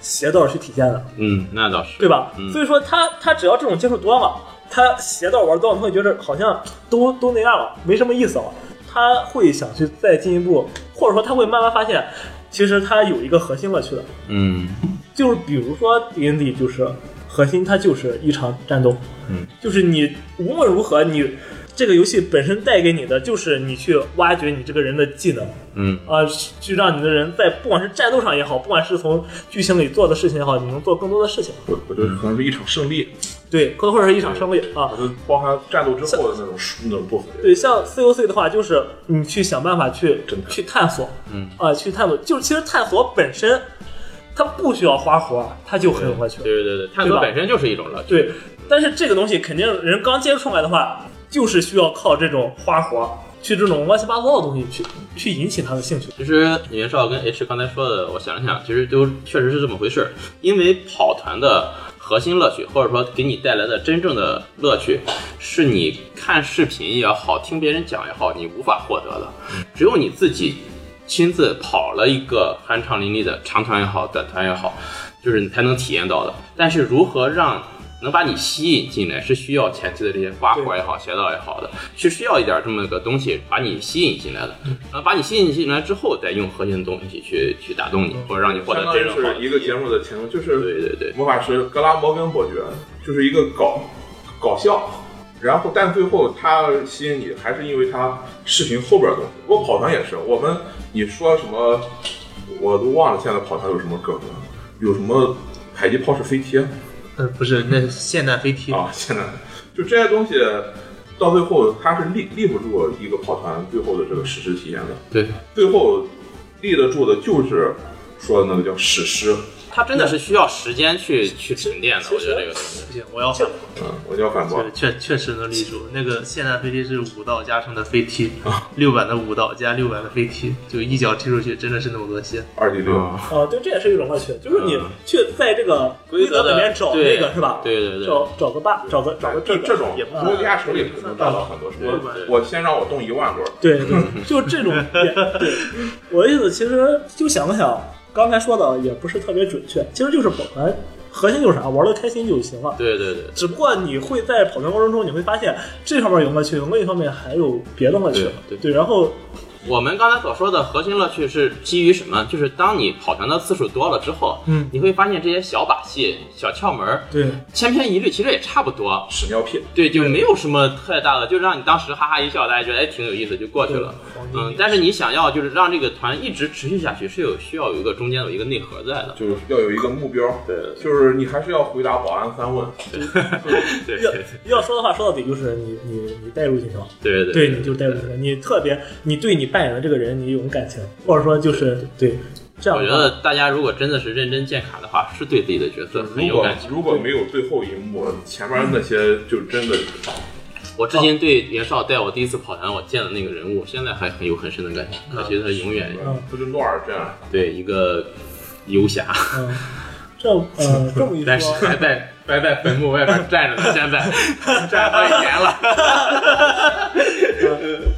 C: 邪道去体现的，
A: 嗯，那倒是，
C: 对吧？所以说他他只要这种接触多了，他邪道玩多了，他会觉得好像都都那样了，没什么意思了。他会想去再进一步，或者说他会慢慢发现，其实他有一个核心乐趣的，
A: 嗯，
C: 就是比如说 D N D 就是核心，它就是一场战斗，
A: 嗯，
C: 就是你无论如何你。这个游戏本身带给你的就是你去挖掘你这个人的技能，
A: 嗯
C: 啊、去让你的人在不管是战斗上也好，不管是从剧情里做的事情也好，你能做更多的事情。啊
B: 我我觉得可能是一场胜利，
C: 对，更或者是一场胜利啊
B: 我。就包含战斗之后的那种那种部分。
C: 对，像 COC 的话，就是你去想办法去
B: 侦探
C: 去探索，
A: 嗯
C: 啊、去探索，就是其实探索本身，它不需要花活，它就很有乐趣。
A: 对对对，探索本身就是一种乐趣，
C: 对，但是这个东西肯定人刚接触出来的话，就是需要靠这种花活，去这种乱七八糟的东西去去引起他的兴趣。
A: 其实袁绍跟 H 刚才说的，我想了想，其实都确实是这么回事儿。因为跑团的核心乐趣，或者说给你带来的真正的乐趣，是你看视频也好，听别人讲也好，你无法获得的。只有你自己亲自跑了一个酣畅淋漓的长团也好，短团也好，就是你才能体验到的。但是如何让能把你吸引进来，是需要前期的这些花活也好、邪道也好的，是需要一点这么个东西把你吸引进来的。然后把你吸引进来之后，再用核心的东西去去打动你，
C: 嗯
A: 或者让你获得
B: 相当
A: 真
B: 于
A: 正好的
B: 是一个
A: 体验
B: 节。目的前奏，就是
A: 对对对，
B: 魔法师格拉摩根伯爵就是一个搞搞笑，然后但最后他吸引你还是因为他视频后边的东西。我跑团也是，我们你说什么我都忘了，现在跑团有什么梗了，有什么迫击炮式飞贴
D: 呃，不是，那是现代飞踢，
A: 嗯
B: 啊，现在就这些东西。到最后，它是立立不住一个跑团最后的这个史诗体验的。
A: 对，
B: 最后立得住的就是说那个叫史诗，
A: 它真的是需要时间去去沉淀的。
C: 其
A: 我觉得
C: 实
A: 这个东西，
D: 不行，我要反驳，
B: 嗯，我叫反驳
D: 对，确确实能立住。那个现代飞踢是五道加成的飞踢，六版的五道加六版的飞踢，就一脚踢出去，真的是那么多血。
B: 二 D 六。
A: 嗯
C: 啊、对，这也是一种乐趣，就是你
A: 嗯
C: 去在这个规
A: 则
C: 则
A: 的
C: 里面找
A: 对
C: 那个是吧？
A: 对对对
C: 找找个 bug，找个找个
B: 这
C: 地
B: 这种
D: 也不
B: 国家手里可能大到很多，什么
A: 对
B: 我先让我动一万轮，
C: 对对，就 这种。对，对我的意思其实就想了想，刚才说的也不是特别准确，其实就是跑团核心就是啥，玩的开心就行了。
A: 对对对。
C: 只不过你会在跑团过程中，你会发现这方面有乐趣，另一方面还有别的乐趣。
A: 对对
C: 然后
A: 我们刚才所说的核心乐趣是基于什么？就是当你跑团的次数多了之后，
C: 嗯
A: 你会发现这些小把戏、小窍门儿
C: 对
A: 千篇一律，其实也差不多。
B: 屎尿屁，
A: 对，就没有什么太大的，就让你当时哈哈一笑，大家觉得哎挺有意思，就过去了。嗯，但是你想要就是让这个团一直持续下去，是有需要有一个中间有一个内核在的。
B: 就是要有一个目标，
A: 对
B: 就是你还是要回答保安三问，
A: 对
C: 要
A: 对
C: 要说的话说到底就是你你你带入进去了，
A: 对
C: 对，你就带入进去了，你特别你对你扮演的这个人你有感情，或者说就是对这样
A: 我
C: 的
A: 觉
C: 话。
A: 得大家如果真的是认真建卡的话，是对自己的角色很
B: 如
A: 有
B: 果
A: 感情。
B: 如果没有最后一幕，前面那些就真的
A: 我至今对年少带我第一次跑团我见的那个人物，现在还很有很深的感情。他觉得他永远
B: 嗯不就诺尔这样，
A: 对一个游侠，
C: 嗯，这
A: 嗯
C: 呃 这么一
A: 但是
C: 说，
A: 还在还在坟墓外边站着呢，现在站好几年了。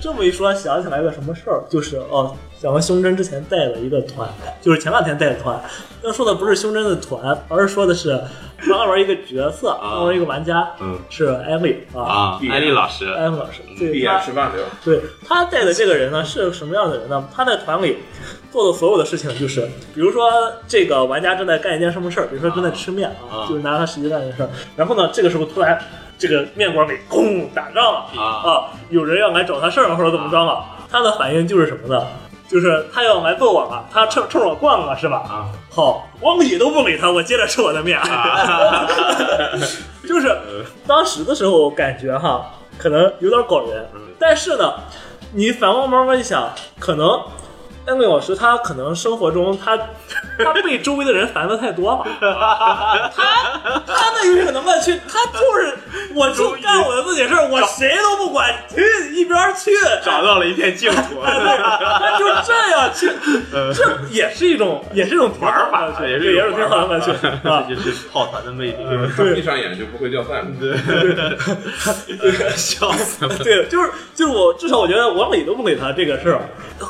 C: 这么一说，想起来个什么事儿，就是哦，小王胸针之前带了一个团，就是前两天带的团。要说的不是胸针的团，而是说的是刚玩一个角色，刚玩一个玩家，
A: 嗯
C: 是艾丽 啊，
A: 啊，艾丽老师，
C: 艾丽老师，
B: 闭
C: 对
B: 眼
C: 他，
B: 吃饭对吧？
C: 对他带的这个人呢，是个什么样的人呢？他在团里。做的所有的事情就是，比如说这个玩家正在干一件什么事儿，比如说正在吃面啊，
A: 啊
C: 就是拿他实际干一件事儿。然后呢，这个时候突然这个面馆里轰打仗了，
A: 啊
C: 啊，有人要来找他事儿了，或者怎么着了，他的反应就是什么呢？就是他要来揍我了，他冲冲我逛了是吧？
A: 啊
C: 好，我理都不理他，我接着吃我的面。啊就是当时的时候感觉哈，可能有点搞人，但是呢，你反过慢慢一想，可能。安伟老师，他可能生活中他他被周围的人烦的太多了，他他那有可能问去，他就是我就干我的自己事儿，我谁都不管，去一边儿去，
D: 找到了一片净 土，
C: 他就这样去，这也是一种也是一种玩
D: 呃法
C: 也
D: 也是一
C: 也
D: 种
C: 是挺好的玩趣 啊
D: 这。就是跑团的魅力，
B: 他闭上眼就不会掉饭。
D: 笑死了。
C: 对，就是就是我至少我觉得我理都不理他这个事儿，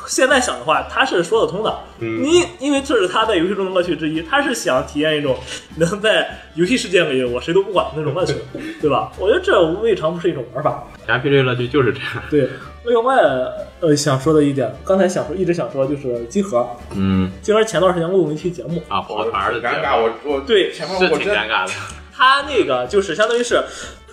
C: 现在想的话，他是说得通的。
D: 嗯
C: 你因为这是他在游戏中的乐趣之一，他是想体验一种能在游戏世界里我谁都不管的那种 乐趣，对吧？我觉得这未尝不是一种玩法。
A: ，RPG 乐趣就是这样。
C: 对，另外呃想说的一点，刚才想说一直想说就是集合，
A: 嗯
C: 集合前段时间录了一期节目，
A: 啊，跑
B: 我
A: 团的
B: 很尴尬，我我
C: 对
B: 前方
A: 是
B: 我
A: 挺
B: 真
A: 尴尬的。
C: 他那个就是相当于是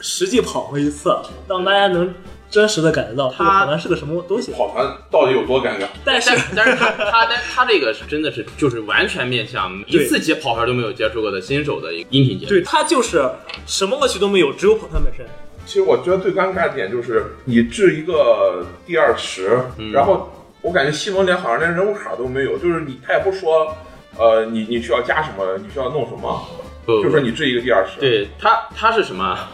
C: 实际跑了一次，让大家能真实的感觉到这个
A: 他
C: 跑团是个什么东西。
B: 跑团到底有多尴尬？
C: 但是
A: 但是但是他他但他这个是真的是就是完全面向一
C: 对
A: 次接跑团都没有接触过的新手的一个音频节目。
C: 对他就是什么乐趣都没有，只有跑团本身。
B: 其实我觉得最尴尬的点就是你掷一个第二池，
A: 嗯
B: 然后我感觉西蒙连好像连人物卡都没有，就是你他也不说，呃，你你需要加什么，你需要弄什么，
A: 不，
B: 就说你掷一个第二池。
A: 对他他是什么 啊？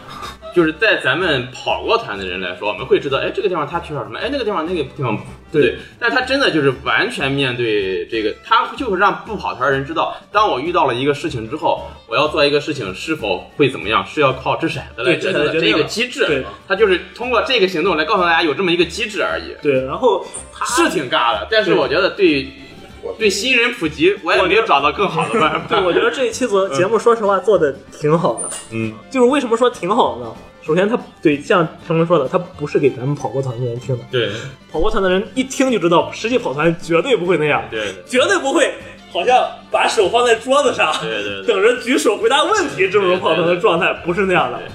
A: 就是在咱们跑过团的人来说，我们会知道，哎，这个地方他缺少什么，哎，那个地方那个地方对对。但他真的就是完全面对这个，他就会让不跑团的人知道，当我遇到了一个事情之后，我要做一个事情是否会怎么样，是要靠掷骰子来
C: 对
A: 决定的
C: 掷骰子决
A: 这
C: 定
A: 个
C: 了
A: 机制
C: 对。
A: 他就是通过这个行动来告诉大家有这么一个机制而已。
C: 对，然后他
A: 是挺尬的，但是
C: 对
A: 我觉得对
B: 我
A: 对新人普及，我也没有找到更好的办
C: 对，
A: 法。
C: 我觉得这一期节节目，说实话做的挺好的。
A: 嗯，
C: 就是为什么说挺好呢？首先他，对像成龙说的，他不是给咱们跑过团的人听的。
A: 对
C: 跑过团的人一听就知道，实际跑团绝对不会那样，
A: 对对
C: 绝对不会，好像把手放在桌子上，
A: 对对对，
C: 等着举手回答问题这种跑团的状态，不是那样的
A: 对。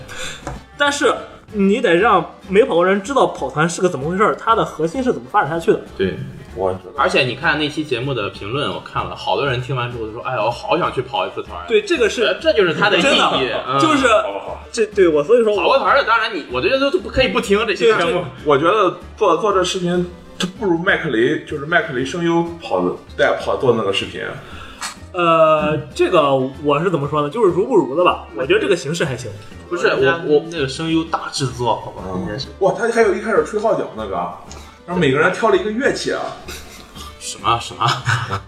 C: 但是你得让没跑过人知道跑团是个怎么回事儿，它的核心是怎么发展下去的。
A: 对。
B: 我知道。
A: 而且你看那期节目的评论，我看了，好多人听完之后都说：“哎呀，我好想去跑一次团。”，
C: 对，这个是
A: 这就是它的意
C: 真的
A: 义，嗯，
C: 就是
B: 好不好？
C: 这对我，所以说
A: 跑
C: 我
A: 个团的。当然你，我觉得都不可以不听这些节目。
B: 我觉得做做这视频，这不如麦克雷，就是麦克雷声优跑的带跑做那个视频。
C: 呃，这个我是怎么说呢？就是如不如的吧。我觉得这个形式还行。
A: 不是我我
D: 那个声优大制作，好吧，应该是
B: 哇，他还有一开始吹号角那个，啊然后每个人挑了一个乐器啊，
A: 什么什么，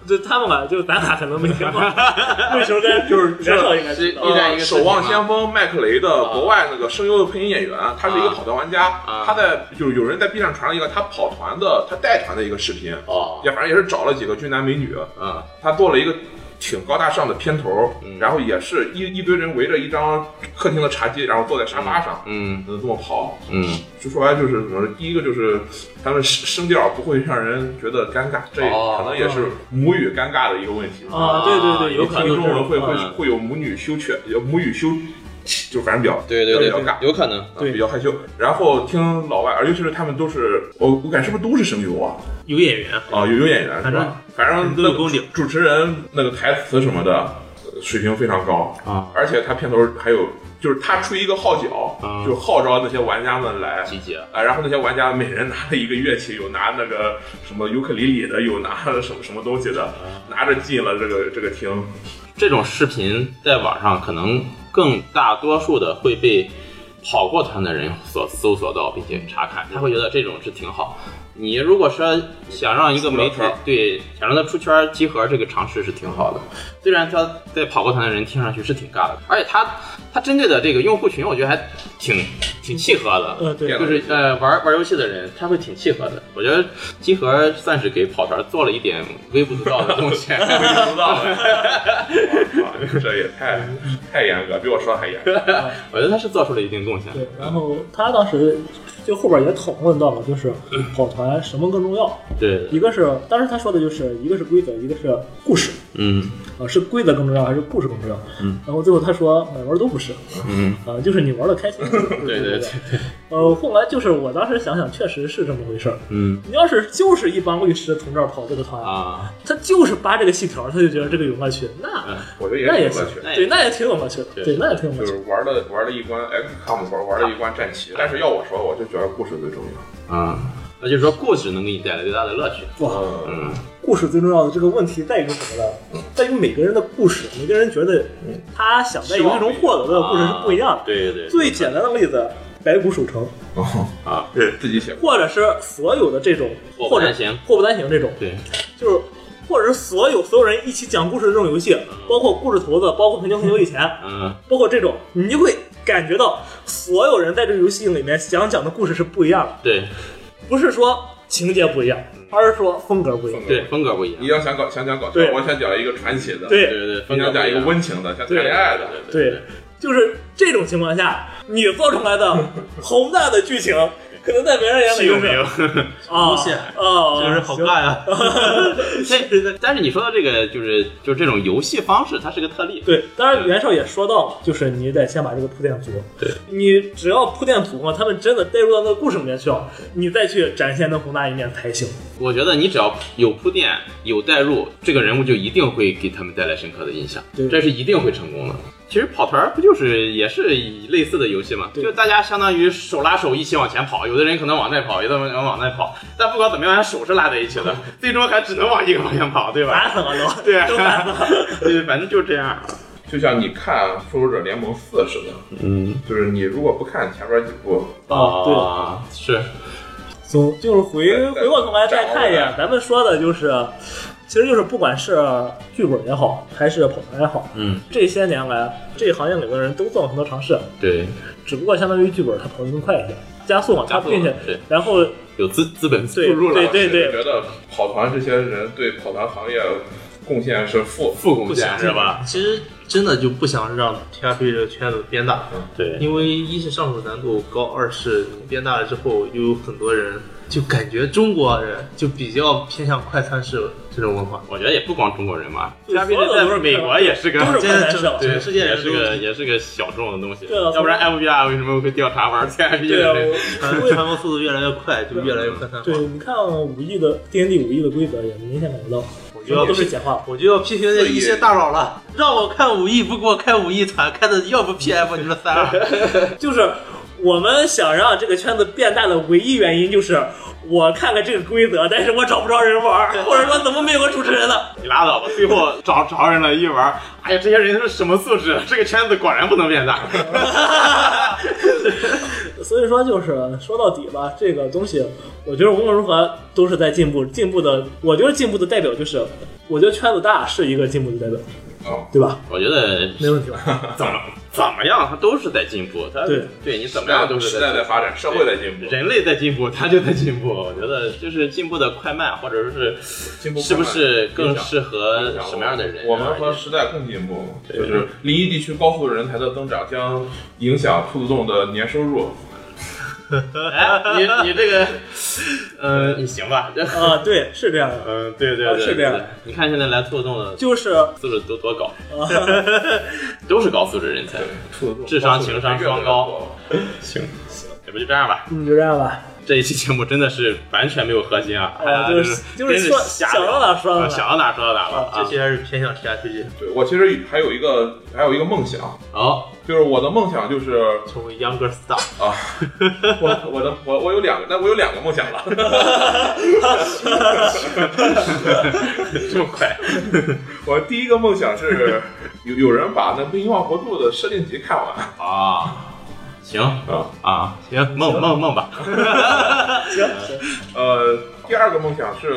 C: 就他们吧，就咱俩可能没听过， 为什么跟
B: 就是
C: 袁绍应该
A: 是
C: 知
A: 一
C: 道。
A: 代一个
B: 呃
A: 啊
B: 守望先锋麦克雷的国外那个声优的配音演员，他是一个跑团玩家
A: 啊，
B: 他在就是有人在 B 站传了一个他跑团的他带团的一个视频，
A: 哦，
B: 也反正也是找了几个俊男美女，
A: 嗯
B: 他做了一个挺高大上的片头
A: 嗯，
B: 然后也是一一堆人围着一张客厅的茶几，然后坐在沙发上，
A: 嗯
B: 嗯，这么跑。
A: 嗯，
B: 就说白了就是什么？第一个就是他们声声调不会让人觉得尴尬，这
A: 哦
B: 可能也是母语尴尬的一个问题。
C: 啊，对对对，有可
B: 听
C: 能
B: 众
C: 是啊
B: 会会
A: 嗯
B: 会有母女羞怯，有母语羞，就反正比较
A: 对对
B: 比
A: 对
B: 较尬，，
A: 有可能。
C: 对
B: 比较害羞。然后听老外，而尤其是他们都是我我感觉是不是都是声优啊？
D: 有演员，
B: 啊，有有演员是
D: 反正
B: 吧？反正
D: 都有功底
B: 主持人那个台词什么的呃水平非常高
A: 啊，
B: 而且他片头还有就是他吹一个号角，
A: 啊
B: 就号召那些玩家们来。
A: 集结
B: 啊，然后那些玩家每人拿了一个乐器，有拿那个什么尤克里里的，有拿什么什么东西的，
A: 嗯
B: 拿着进了这个这个厅。
A: 这种视频在网上可能更大多数的会被。跑过团的人所搜索到并且查看，他会觉得这种是挺好。你如果说想让一个媒体
B: 出圈儿
A: 对想让他出圈儿集合，这个尝试是挺好的。虽然他在跑过团的人听上去是挺尬的，而且他他针对的这个用户群，我觉得还挺挺契合的。
C: 呃，对，
B: 电脑
A: 就是呃玩玩游戏的人，他会挺契合的。我觉得集合算是给跑团做了一点微不足道的贡献。
B: 不知道了，哇啊 这也太太严格，比我说的还严格。
A: 我觉得他是做出了一定贡献。
C: 对，然后他当时就后边也讨论到了，就是
A: 嗯
C: 跑团什么更重要？
A: 对，
C: 一个是当时他说的就是一个是规则，一个是故事
A: 嗯
C: 啊、是规则更重要还是故事更重要？
A: 嗯，
C: 然后最后他说哪门儿都不是，
A: 嗯，
C: 啊，就是你玩的开心。
A: 对对对，
C: 呃，后来就是我当时想想，确实是这么回事儿。
A: 嗯
C: 你要是就是一帮律师从这儿跑这个团，
A: 啊，
C: 他就是扒这个细条，他就觉得这个有乐趣，那
B: 我觉得也
C: 那也
B: 挺
C: 行
B: 有乐
A: 嗯
B: 趣，
A: 那也
C: 对，那也挺有乐趣的，
A: 对
C: 对，那也挺有
B: 就
C: 乐趣
B: 是
C: 的。
B: 玩了玩了一关哎 XCOM 玩玩了一关战棋，但是要我说，我就觉得故事最重要。
A: 啊，那就是说故事能给你带来最大的乐趣。
C: 哇，
B: 嗯，
A: 嗯
C: 故事最重要的这个问题在于什么呢？在于每个人的故事，每个人觉得他想在游戏中获得的呃故事是不一样
A: 啊
C: 的。
A: 对对，对
C: 最简单的例子，白骨守城，
B: 哦
A: 啊，
B: 对自己写过，
C: 或者是所有的这种，
A: 祸
C: 或
A: 不
C: 者
A: 单行。
C: 祸不单行这种，
A: 对，
C: 就是或者是所有所有人一起讲故事的这种游戏，包括故事头子，包括很久很久 以前，
A: 嗯，
C: 包括这种，你就会感觉到所有人在这个游戏里面想讲的故事是不一样的，
A: 对
C: 不是说情节不一样，而是说风格不一样。
A: 对，风格不一
B: 你
A: 样。
B: 要想搞想讲搞笑
C: 对，
B: 我想讲一个传奇的，，
A: 对
C: 对，
A: 对对，
B: 你
A: 风格
B: 想
A: 不
B: 讲一
A: 一
B: 个
A: 样。
B: 温情的，想谈
C: 对
B: 恋爱的，
A: 对
C: 对，就是这种情况下，你做出来 的宏大的剧情，可能在别人眼里就
D: 有
C: 是
D: 没有？
C: 啊
D: 无限
C: 啊，
D: 就是好尬呀。
A: 对，但是你说的这个就是就是这种游戏方式，它是个特例。
C: 对，当然袁绍也说到了，就是你得先把这个铺垫足。
A: 对，
C: 你只要铺垫足嘛，他们真的带入到那个故事里面去了，你再去展现那宏大一面才行。
A: 我觉得你只要有铺垫、有代入，这个人物就一定会给他们带来深刻的印象，
C: 对
A: 这是一定会成功的。其实跑团儿不就是也是以类似的游戏嘛？
C: 对
A: 就大家相当于手拉手一起往前跑，有的人可能往内跑，有的人往外跑，但不管怎么样，手是拉在一 起的，最终还只能往一个方向跑，对吧？
C: 烦死了都。
A: 对， 对，反正就这样。
B: 就像你看《复仇者联盟四》似的，
A: 嗯，
B: 就是你如果不看前边几部，
D: 哦
C: 啊，
A: 啊，是，
C: 对，总就是回
B: 对对
C: 回过头来再看一
B: 展望
C: 眼，咱们说的就是，其实就是不管是剧本也好，还是跑团也好，
A: 嗯，
C: 这些年来，这行业里的人都做了很多尝试，
A: 对，
C: 只不过相当于剧本它跑得更快一些，加速嘛，
A: 加
C: 它
A: 速
C: 并且
A: 对
C: 然后
A: 有资资本
C: 对
A: 注入了
C: 对对
B: 我
C: 对
B: 觉得跑团这些人对跑团行业贡献是负
A: 副贡献是吧？
D: 其实真的就不想让 TRP 这个圈子变大，
A: 对，
D: 因为一是上手难度高，二是你变大了之后，又有很多人就感觉中国人就比较偏向快餐式这种文化。
A: 我觉得也不光中国人嘛，
C: 对
A: 嘉宾
C: 所有的
A: 在
C: 都是
A: 美国也是个
C: 都是
D: 现在整整个世界
A: 也
D: 人
A: 是
D: 都
A: 个也是个小众的东西，
C: 对啊
A: 要不然 FBI 为什么会调查玩 CIP
C: 对啊
A: 的人？
D: 传传播速度越来越快，就越来越快餐化
C: 对，。你看五亿的 D N D 五亿的规则也明显感觉到，
D: 我就要
C: 都是简化了。
D: 我就要批评那一些大佬了，让我看武艺不给我开武艺团，看的要不 PF 你们三 二，
C: 就是我们想让这个圈子变大的唯一原因就是。我看看这个规则，但是我找不着人玩儿，或者说怎么没有个主持人呢？
A: 你拉倒吧，最后找潮人了，一玩，哎呀，这些人是什么素质？这个圈子果然不能变大。
C: 所以说，就是说到底吧，这个东西，我觉得无论如何都是在进步。进步的，我觉得进步的代表就是，我觉得圈子大是一个进步的代表，
A: 哦
B: 啊。
C: 对吧？
A: 我觉得
C: 没问题吧？
A: 怎么怎么样，它都是在进步，它
C: 对
A: 对你怎么
B: 大家
A: 样
B: 都
A: 都
B: 是
A: 是
B: 时代在
A: 进步
B: 发展，社会在进步，
A: 人类在进步， 它就在进步。我觉得就是进步的快慢，或者说
B: 进
A: 是
B: 步快慢
A: 是不是更
B: 影响
A: 适合什么样的人？啊
B: 我们和
A: 而
B: 时代共进步，就是临沂地区高速人才的增长将影响兔子洞的年收入。
A: 哎，你你这个，呃，你行吧？这
C: 啊，对，是这样的，
A: 嗯，对对
C: 啊
A: 对，
C: 是这样
A: 对。你看现在来兔洞的
C: 就是
A: 素质都多高， 都是高素质人才。
B: 兔子洞
A: 智商情商双高，行，要不就这样吧。
C: 嗯，就这样吧。
A: 这一期节目真的是完全没有核心啊，
C: 啊
A: 哎呀
C: 就是
A: 真
C: 就是
A: 是
C: 说
A: 瞎
C: 想到
A: 聊
C: 哪说到哪
A: 啊想到哪说到哪了
D: 这
A: 啊。
D: 些还是偏向 TRPG
B: 对我其实还有一个还有一个梦想，
A: 啊好，
B: 就是我的梦想就是
D: 成为 Younger Star。
B: 啊，我我的我我有两个，那我有两个梦想了。
A: 这么快，
B: 我第一 个梦想是有有人把那《冰心望活录》的设定集看完，
A: 啊，行
B: 啊。
A: 啊，
D: 行，
A: 梦梦梦吧，
F: 行行，
B: 呃，第二个梦想是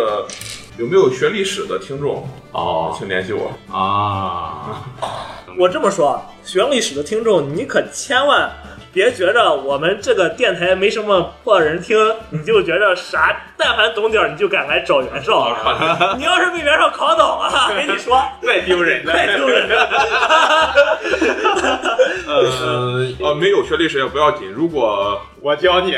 B: 有没有学历史的听众，
A: 哦
B: 请联系我。
A: 啊，
F: 我这么说啊，学历史的听众，你可千万别觉着我们这个电台没什么破人听，你就觉着啥，但凡懂点儿你就敢来找袁 绍啊！你要是被袁绍考倒了，跟你说
A: 太丢人了，
D: 哎
F: 太丢人了。
A: 呃，
B: 呃，没有学历史也不要紧，如果
A: 我教你，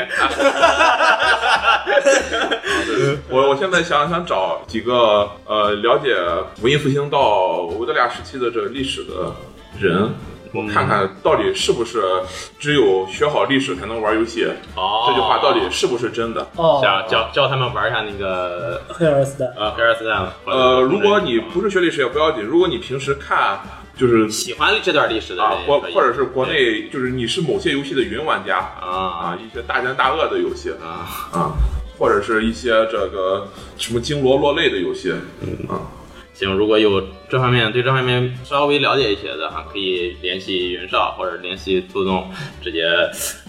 B: 我我现在想想找几个呃了解文艺复兴到维多利亚时期的这个历史的人，
A: 嗯
B: 看看到底是不是只有学好历史才能玩游戏，
A: 哦，
B: 这句话到底是不是真的？
A: 想
F: 哦，
A: 教教他们玩一下那个
F: 黑尔斯的，
A: 呃菲尔斯坦，
B: 呃，如果你不是学历史也不要紧，如果你平时看就是
A: 喜欢这段历史的
B: 啊
A: 人，
B: 或
A: 也可以，
B: 或者是国内就是你是某些游戏的云玩家啊，
A: 啊
B: 一些大奸大恶的游戏
A: 啊，
B: 啊，或者是一些这个什么经罗落泪的游戏啊。
A: 行，如果有这方面对这方面稍微了解一些的哈，可以联系袁绍或者联系兔洞，直接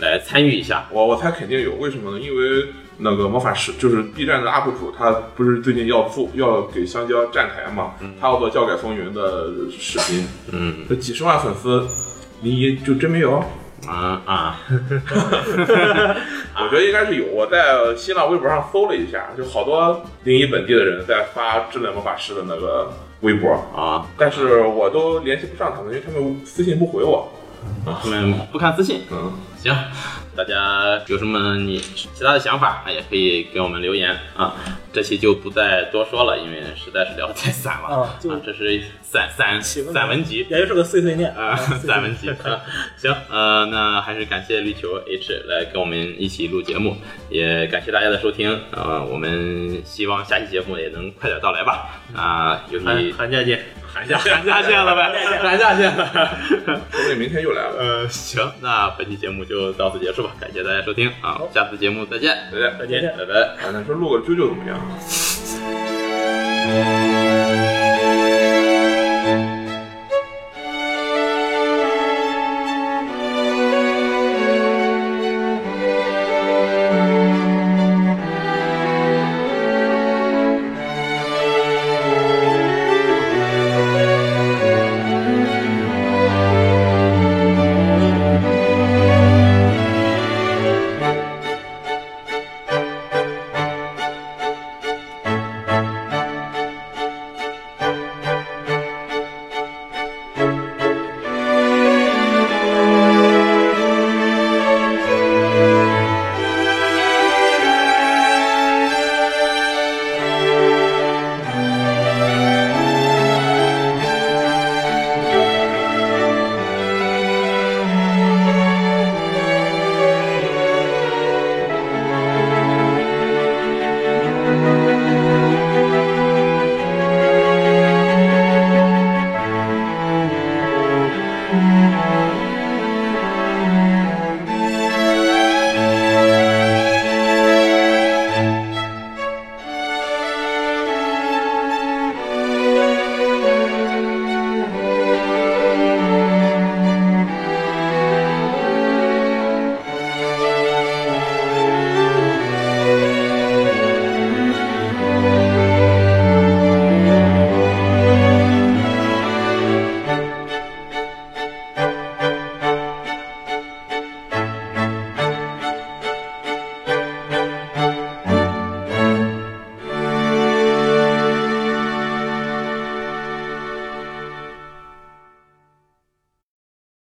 A: 来参与一下。
B: 我我猜肯定有，为什么呢？因为那个魔法师就是 B 站的 UP 主，他不是最近要做要给香蕉站台嘛，他要做教改风云的视频，
A: 嗯
B: 这几十万粉丝，你就真没有？
A: 啊啊，
B: 我觉得应该是有。我在新浪微博上搜了一下，就好多临沂本地的人在发质量魔法师的那个微博，
A: 啊，
B: 但是我都联系不上他们，因为他们私信不回我。
A: 他们不看私信。
B: 嗯，
A: 行，大家有什么你其他的想法，也可以给我们留言啊。这期就不再多说了，因为实在是聊得太散了
F: 啊就
A: 这是散散
F: 问
A: 散文集。
F: 也就是个碎碎念
A: 啊，
F: 碎
A: 散文集啊，行，呃，那还是感谢绿球 H 来跟我们一起录节目，也感谢大家的收听，呃，我们希望下期节目也能快点到来吧，啊、有
D: 寒
A: 你
D: 寒假见，
A: 寒假寒假见了呗，寒假见了。
B: 说不定明天又来了。
A: 呃，行，那本期节目就到此结束吧，感谢大家收听啊，下次节目再见，
B: 对，哎
A: 再见，拜拜。
B: 啊，那说录个啾啾怎么样？